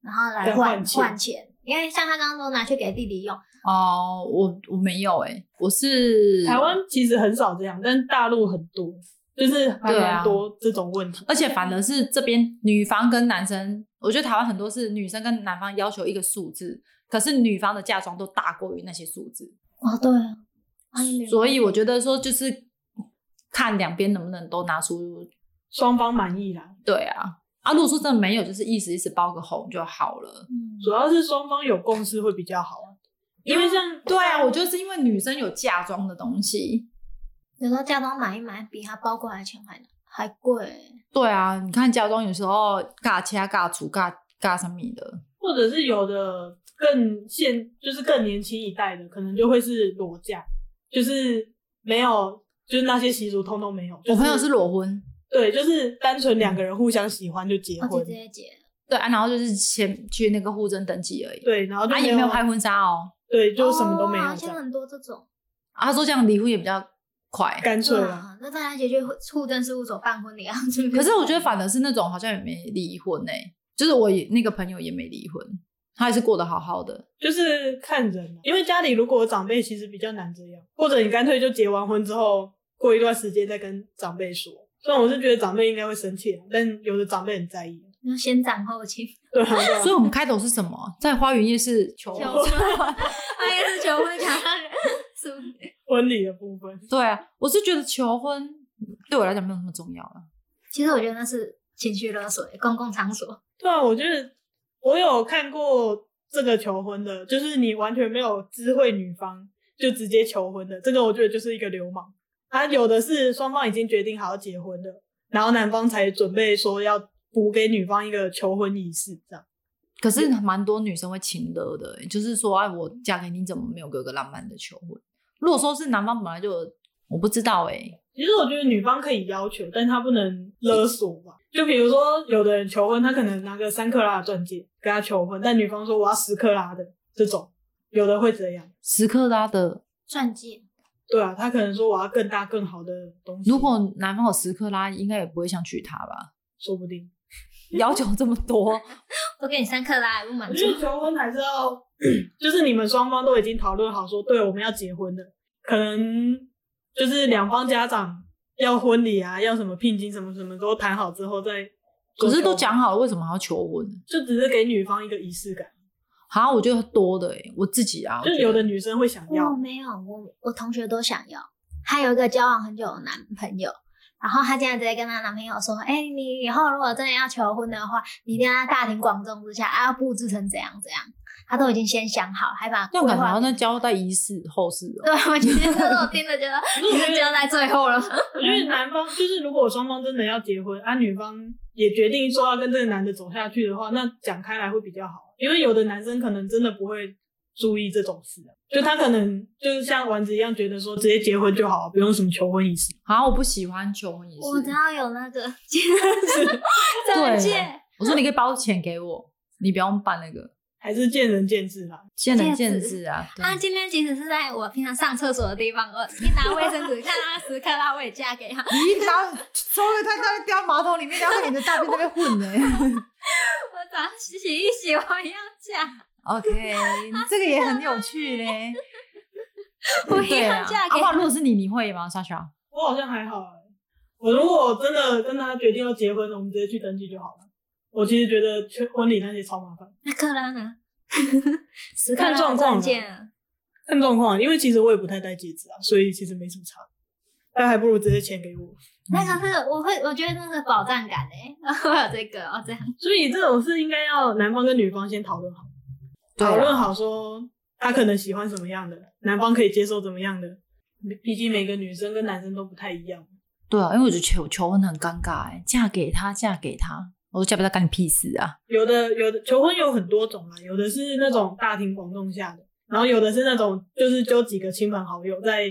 S3: 然后来
S1: 再
S3: 换
S1: 换钱
S3: 因为像他刚刚说拿去给弟弟用，
S2: 哦，我我没有哎、我是
S1: 台湾其实很少这样，但大陆很多，就是还
S2: 对
S1: 蛮
S2: 啊
S1: 多这种问题。
S2: 而且反而是这边女方跟男生，我觉得台湾很多是女生跟男方要求一个数字，可是女方的嫁妆都大过于那些数字，
S3: 哦，对啊，啊你女儿
S2: 所以我觉得说就是看两边能不能都拿出。
S1: 双方满意啦，
S2: 对啊，啊，如果说真的没有，就是意思意思包个红就好了。
S3: 嗯
S1: 主要是双方有共识会比较好啊。因为像
S2: 对啊，我觉得是因为女生有嫁妆的东西。
S3: 有时候嫁妆买一买，比他包过来的钱还还贵、
S2: 对啊，你看嫁妆有时候尬掐尬煮尬尬什么的，
S1: 或者是有的更现，就是更年轻一代的，可能就会是裸嫁，就是没有，就是那些习俗通通没有。就
S2: 我朋友是裸婚。
S1: 对，就是单纯两个人互相喜欢就结
S3: 哦，
S1: 婚，
S3: 就直接结。
S2: 对啊，然后就是先去那个户政登记而已。
S1: 对，然后就
S2: 啊，也没有拍婚纱哦。
S1: 对，就什么都没
S3: 哦
S1: 有
S3: 好
S1: 这
S3: 像
S1: 样，
S3: 很多这种，
S2: 啊，他说这样离婚也比较快。
S1: 干脆啊。
S2: 嗯
S3: 啊，那大家一起去户政事务所办婚礼啊。就是
S2: 可是我觉得反而是那种好像也没离婚呢、就是我也那个朋友也没离婚，他还是过得好好的。
S1: 就是看人、啊，因为家里如果有长辈，其实比较难这样，或者你干脆就结完婚之后，过一段时间再跟长辈说。虽然我是觉得长辈应该会生气啊，但有的长辈很在意。
S3: 要先斩后轻，
S1: 对啊， 对啊
S2: 所以我们开头是什么？在花园夜市求婚。
S3: 求婚，他也是求婚讲到人是 不是
S1: 婚礼的部分，
S2: 对啊，我是觉得求婚对我来讲没有那么重要了。
S3: 其实我觉得那是情绪勒索，公共场所。
S1: 对啊，我觉得我有看过这个求婚的，就是你完全没有知会女方就直接求婚的，这个我觉得就是一个流氓。啊，有的是双方已经决定好要结婚了，然后男方才准备说要补给女方一个求婚仪式，这样。
S2: 可是蛮多女生会情勒的欸、就是说，哎，我嫁给你怎么没有给我个浪漫的求婚？如果说是男方本来就有，我不知道哎、
S1: 其实我觉得女方可以要求，但她不能勒索吧。就比如说，有的人求婚，他可能拿个三克拉的钻戒跟他求婚，但女方说我要十克拉的这种，有的会这样。
S2: 时刻拉的，
S3: 钻戒，
S1: 对啊，他可能说我要更大更好的东西。
S2: 如果男方有时刻拉，应该也不会想娶她吧？
S1: 说不定，
S2: 要求这么多，
S3: 我给你三克拉还不满
S1: 我
S3: 足
S1: 觉，得求婚还是要，就是你们双方都已经讨论好说，对，我们要结婚了，可能就是两方家长要婚礼啊，要什么聘金什么什么都谈好之后再做求婚。
S2: 可是都讲好了，为什么还要求婚？
S1: 就只是给女方一个仪式感，
S2: 好像我觉得多的哎、我自己啊，
S1: 就
S2: 我觉
S1: 有的
S2: 得
S1: 女生会想
S3: 我
S1: 要，
S3: 哦
S2: 嗯
S3: 没有，我我同学都想要。她有一个交往很久的男朋友，然后她竟然直接跟她男朋友说：“哎、你以后如果真的要求婚的话，你一定要在大庭广众之下，啊，要布置成怎样怎样。”她都已经先想好，还把
S2: 那种感觉
S3: 规
S2: 好
S3: 划
S2: 像在交代仪式后事哦、
S3: 对，我今天这是我听 了觉得你是交代最后了吗。
S1: 我觉得男方就是如果双方真的要结婚，啊，女方也决定说要跟这个男的走下去的话，那讲开来会比较好，因为有的男生可能真的不会注意这种事啊、就他可能就是像丸子一样，觉得说直接结婚就好，不用什么求婚仪式。
S2: 好像我不喜欢求婚仪式。
S3: 我知道有那个 钻戒，
S2: 我说你可以包钱给我，你不用办那个，
S1: 还是见仁见智啦。
S2: 见仁
S3: 戒
S2: 见
S3: 指
S2: 智啊。对
S3: 他今天即使是在我平常上厕所的地方，我一拿卫生纸看他时刻拉我也嫁给他，
S2: 你一拿抽了它，它会掉马桶里面，然后你的大便在那边混呢、
S3: 我早上洗一洗我要嫁，
S2: OK，这个
S3: 啊
S2: 也很有趣嘞。
S3: 我一
S2: 对啊
S3: 样嫁，
S2: 阿
S3: 给
S2: 华，如
S3: 他。
S2: 果是你，你会吗，莎莎？
S1: 我好像还好、欸，我如果真的跟他决定要结婚了，我们直接去登记就好了。我其实觉得去婚礼那些超麻烦，
S3: 那克拉呢？时刻
S1: 看
S3: 拉
S1: 状
S3: 我
S1: 况
S3: 钻
S1: 啊
S3: 戒啊，
S1: 看状况，因为其实我也不太戴戒指啊，所以其实没什么差。那还不如直接钱给我。
S3: 那
S1: 嗯
S3: 可是我会，我觉得那是保障感哎， 我有这个哦，这样
S1: 所以这种事应该要男方跟女方先讨论好，
S2: 对啊
S1: 讨论好说他可能喜欢什么样的，男方可以接受怎么样的，毕竟每个女生跟男生都不太一样。
S2: 对啊，因为我觉得求求婚很尴尬、欸，嫁给他，嫁给他，我说嫁不到干你屁事啊！
S1: 有的有的求婚有很多种啊，有的是那种大庭广众下的，然后有的是那种就是揪几个亲朋好友在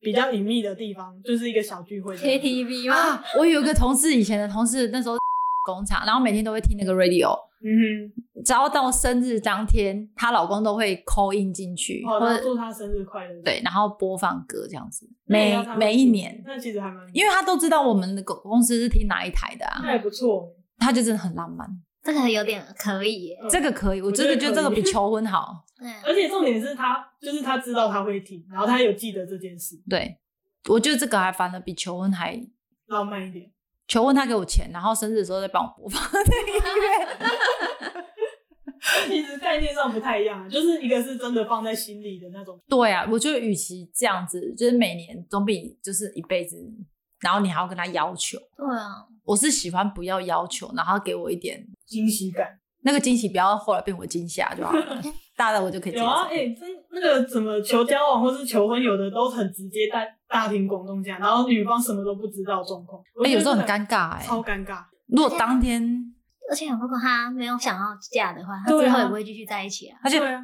S1: 比较隐秘的地方，就是一个小聚会这样。
S3: KTV 吗？
S2: 啊，我有一个同事，以前的同事，那时候 工厂，然后每天都会听那个 radio，
S1: 嗯
S2: 只要到生日当天，她老公都会 call in 进去，
S1: 哼，哦，
S2: 或
S1: 那
S2: 者
S1: 祝他生日快乐。
S2: 对，然后播放歌这样子，
S1: 那也
S2: 每
S1: 要他们
S2: 每一
S1: 听
S2: 年，
S1: 那其实还蛮，
S2: 因为他都知道我们的公公司是听哪一台的啊
S1: 那，也不错。
S2: 他就真的很浪漫，
S3: 这个有点可以耶。
S1: 嗯
S2: 这个可以，我
S1: 我
S2: 真
S1: 觉
S2: 的
S1: 得
S2: 觉得这
S1: 可
S2: 个
S1: 以
S2: 比求婚好，
S1: 而
S3: 嗯，
S1: 且重点是他，就是他知道他会听，然后他有记得这件事，
S2: 对，我觉得这个还反而比求婚还。
S1: 浪漫一点。
S2: 求婚他给我钱，然后生日的时候再帮我播放那个音乐。
S1: 其实概念上不太一样啊，就是一个是真的放在心里的那种，
S2: 对啊，我觉得与其这样子，就是每年总比就是一辈子，然后你还要跟他要求。
S3: 对啊，
S2: 我是喜欢不要要求，然后给我一点
S1: 惊喜感。
S2: 那个惊喜，不要后来变我惊吓就好了。 大的我就可以接
S1: 有
S2: 受。
S1: 啊，哎、真那个怎么求交往或是求婚，有的都很直接大大庭广众下，然后女方什么都不知道状况，我
S2: 哎
S1: 觉
S2: 有
S1: 得
S2: 时候很
S1: 这个
S2: 尴尬哎、
S1: 超尴尬。
S2: 如果当天，
S3: 而且如果他没有想要嫁的话，他
S1: 对啊
S3: 之后也不会继续在一起啊。
S2: 而且
S1: 对啊，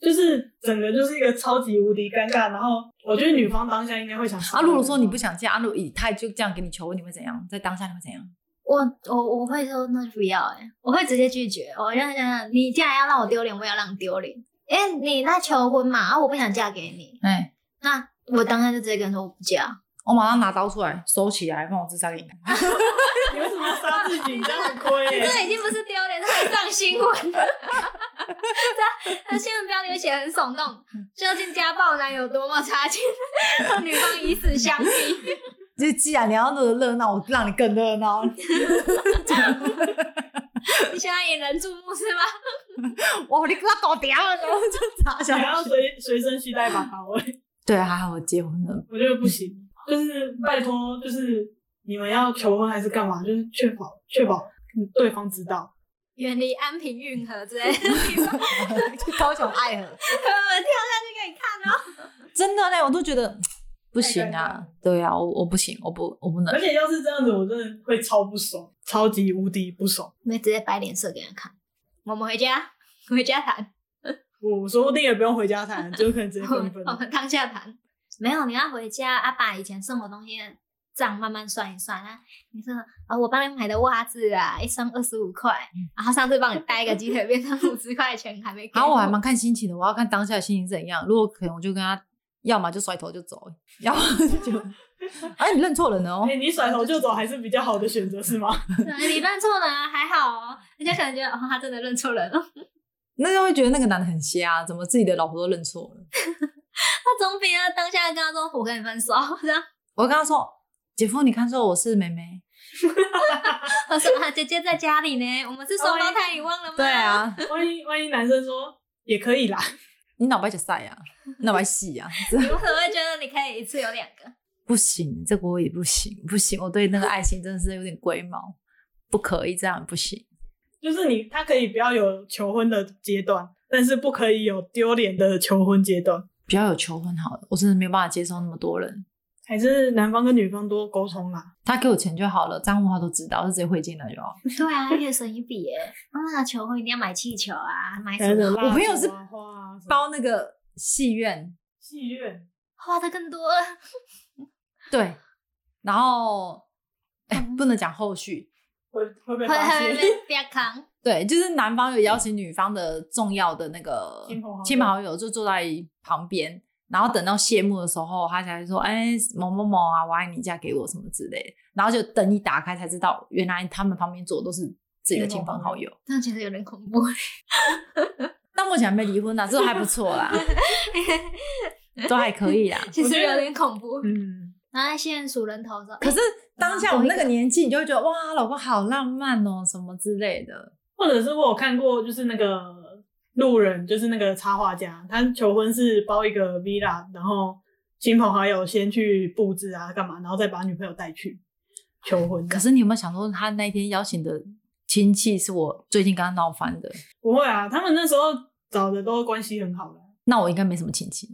S1: 就是整个就是一个超级无敌尴尬。然后我觉得女方当下应该会想
S2: 啊，如果说你不想嫁，啊，如果以他就这样给你求婚，你会怎样？在当下你会怎样？
S3: 我我我会说那就不要哎、我会直接拒绝。我就想想，你既然要让我丢脸，我也要让你丢脸。因为你在求婚嘛，啊，我不想嫁给你，
S2: 哎、
S3: 那我当下就直接跟你说我不嫁。
S2: 我马上拿刀出来收起来，放我自杀给你看。
S1: 你为什么要杀自己？你这样很亏欸耶、
S3: 这已经不是丢脸，这还上新闻了。 这他新闻标题写得很耸动，究竟家暴男有多么差劲，让女方以死相逼？
S2: 就是既然你要那么热闹，我让你更热闹。
S3: 你现在引人注目是吗？
S2: 我你给他搞掉了，然 后就 砸
S1: 想要随随身携带把刀、欸，
S2: 对，啊还好我结婚了。
S1: 我觉得不行。就是拜托，就是你们要求婚还是干嘛，就是确保确保对方知道。
S3: 远离安平运河之类的地 方，
S2: 去高雄爱河，
S3: 我跳下去给你看哦。
S2: 真的嘞，我都觉得不行
S1: 太尴尬
S2: 啊。对啊，我我不行，我不我不能
S1: 而。且要是这样子，我真的会超不爽，超级无敌不爽。
S3: 你直接摆脸色给人看。我们回家，回家谈。
S1: 我说不定也不用回家谈，就可能直 接分分
S2: 哦
S3: 我。们哦当下谈。没有，你要回家，阿爸以前送我东西的账慢慢算一算啊。你说啊、我帮你买的袜子啊，一双二十五块，然后上次帮你带一个鸡腿便当五十块钱还没给。
S2: 然后我还蛮看心情的，我要看当下的心情怎样。如果可能，我就跟他，要么就甩头就走， 要么 就……哎，你认错人了哦
S1: 哎、。你甩头就走还是比较好的选择，是吗？
S3: 对你认错人啊，还好哦，人家可能觉得哦，他真的认错人了，
S2: 那就会觉得那个男的很瞎，啊怎么自己的老婆都认错了？
S3: 他总比他当下跟他说我跟你分手这样。
S2: 我跟他说：“姐夫，你看错我是妹妹。”
S3: 我说啊，姐姐在家里呢，我们是双胞胎，你忘了吗？
S2: 对，啊，
S1: 万一万一男生说也可以啦，
S2: 你脑白就晒呀，脑白细 呀，
S3: 你为什么会觉得你可以一次有两个？
S2: 不行，这个我也不行，不行，我对那个爱情真的是有点龟毛，不可以这样，不行。
S1: 就是你他可以不要有求婚的阶段，但是不可以有丢脸的求婚阶段。
S2: 不要有求婚好了，我真的没有办法接受那么多人。
S1: 还是男方跟女方多沟通啦。
S2: 他给我钱就好了，账户他都知道，就直接汇进来就好。
S3: 对啊，可以省一笔耶。那个求婚一定要买气球啊，买什
S1: 还
S3: 么
S1: 有蜡烛啊
S2: 我朋友是
S1: 花啊什么
S2: 包那个戏院，
S1: 戏院，
S3: 花的更多。
S2: 对，然后哎、不能讲后续，
S1: 会会 被
S3: 会
S1: 发现。
S3: 会会不要扛，
S2: 对，就是男方有邀请女方的重要的那个
S1: 亲朋好友
S2: 亲朋好友，就坐在旁边，然后等到谢幕的时候，他才说：“哎，某某某啊，我爱你，嫁给我什么之类的。”然后就灯一打开才知道，原来他们旁边坐的都是自己的亲朋好友。
S3: 这样其实有点恐怖。
S2: 但目前还没离婚啊，这还不错 啦，都还可 以啦。
S3: 其实有点恐 怖。
S1: 嗯，
S3: 然后在现在数人头的时候，
S2: 可
S3: 欸
S2: 是当下我们那个年纪，你就会觉得哇，老公好浪漫哦，什么之类的。
S1: 或者是我有看过，就是那个路人，就是那个插画家，他求婚是包一个 villa，然后亲朋好友先去布置啊，干嘛，然后再把女朋友带去求婚。
S2: 可是你有没有想说，他那天邀请的亲戚是我最近跟他闹翻的？
S1: 不会啊，他们那时候找的都关系很好的。
S2: 那我应该没什么亲戚。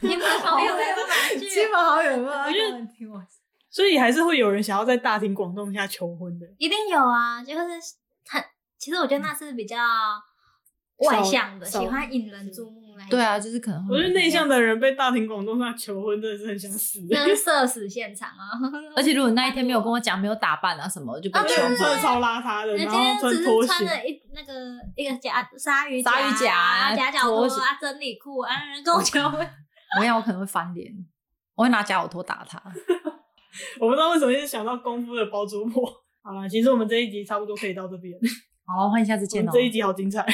S3: 你们好友再不买去，
S2: 亲朋好友有没有
S1: 我觉得
S2: 要跟我听我？
S1: 所以还是会有人想要在大庭广众下求婚
S2: 哦
S1: 的。
S3: 一定有啊，就是很，其实我觉得那是比较外向的，
S1: 少
S3: 喜欢引人注目那一种
S2: 对，啊，就是可能会
S1: 我觉得内向的人被大庭广众下求婚真的是很想死。欸
S3: 就是社死现场啊。
S2: 而 且如果那一天没有跟我讲，没有打扮啊什么，就被
S3: 啊
S2: 求
S3: 对
S1: 穿
S2: 婚。
S1: 的超邋遢的，
S3: 人
S1: 然
S3: 家
S1: 后穿
S3: 只是
S1: 拖
S3: 穿
S1: 鞋，
S3: 了一那个一个夹鲨鱼
S2: 鲨鱼
S3: 夹啊
S2: 夹
S3: 夹脚拖
S2: 拖鞋
S3: 啊真理裤啊，跟我求婚，
S2: 我跟你讲，我可能会翻脸，我会拿假呕托打他。
S1: 我不知道为什么一直想到功夫的包租婆。好了，其实我们这一集差不多可以到这边，
S2: 好了，欢迎下次
S1: 我
S2: 见
S1: 们
S2: 哦
S1: 这。一集好精彩。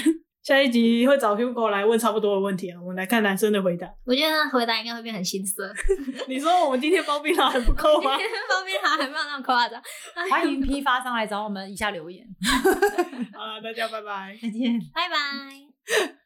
S1: 下一集会找 Hugo 来问差不多的问题啊，我们来看男生的回答。
S3: 我觉得他回答应该会变很心 酸。
S1: 你说我们今天包庇他还不够 吗？
S3: 方面他还没有那么夸张。
S2: 欢迎批发商来找我们，以下留言，
S1: 好了，大家拜拜。
S2: 再见。
S3: 拜拜。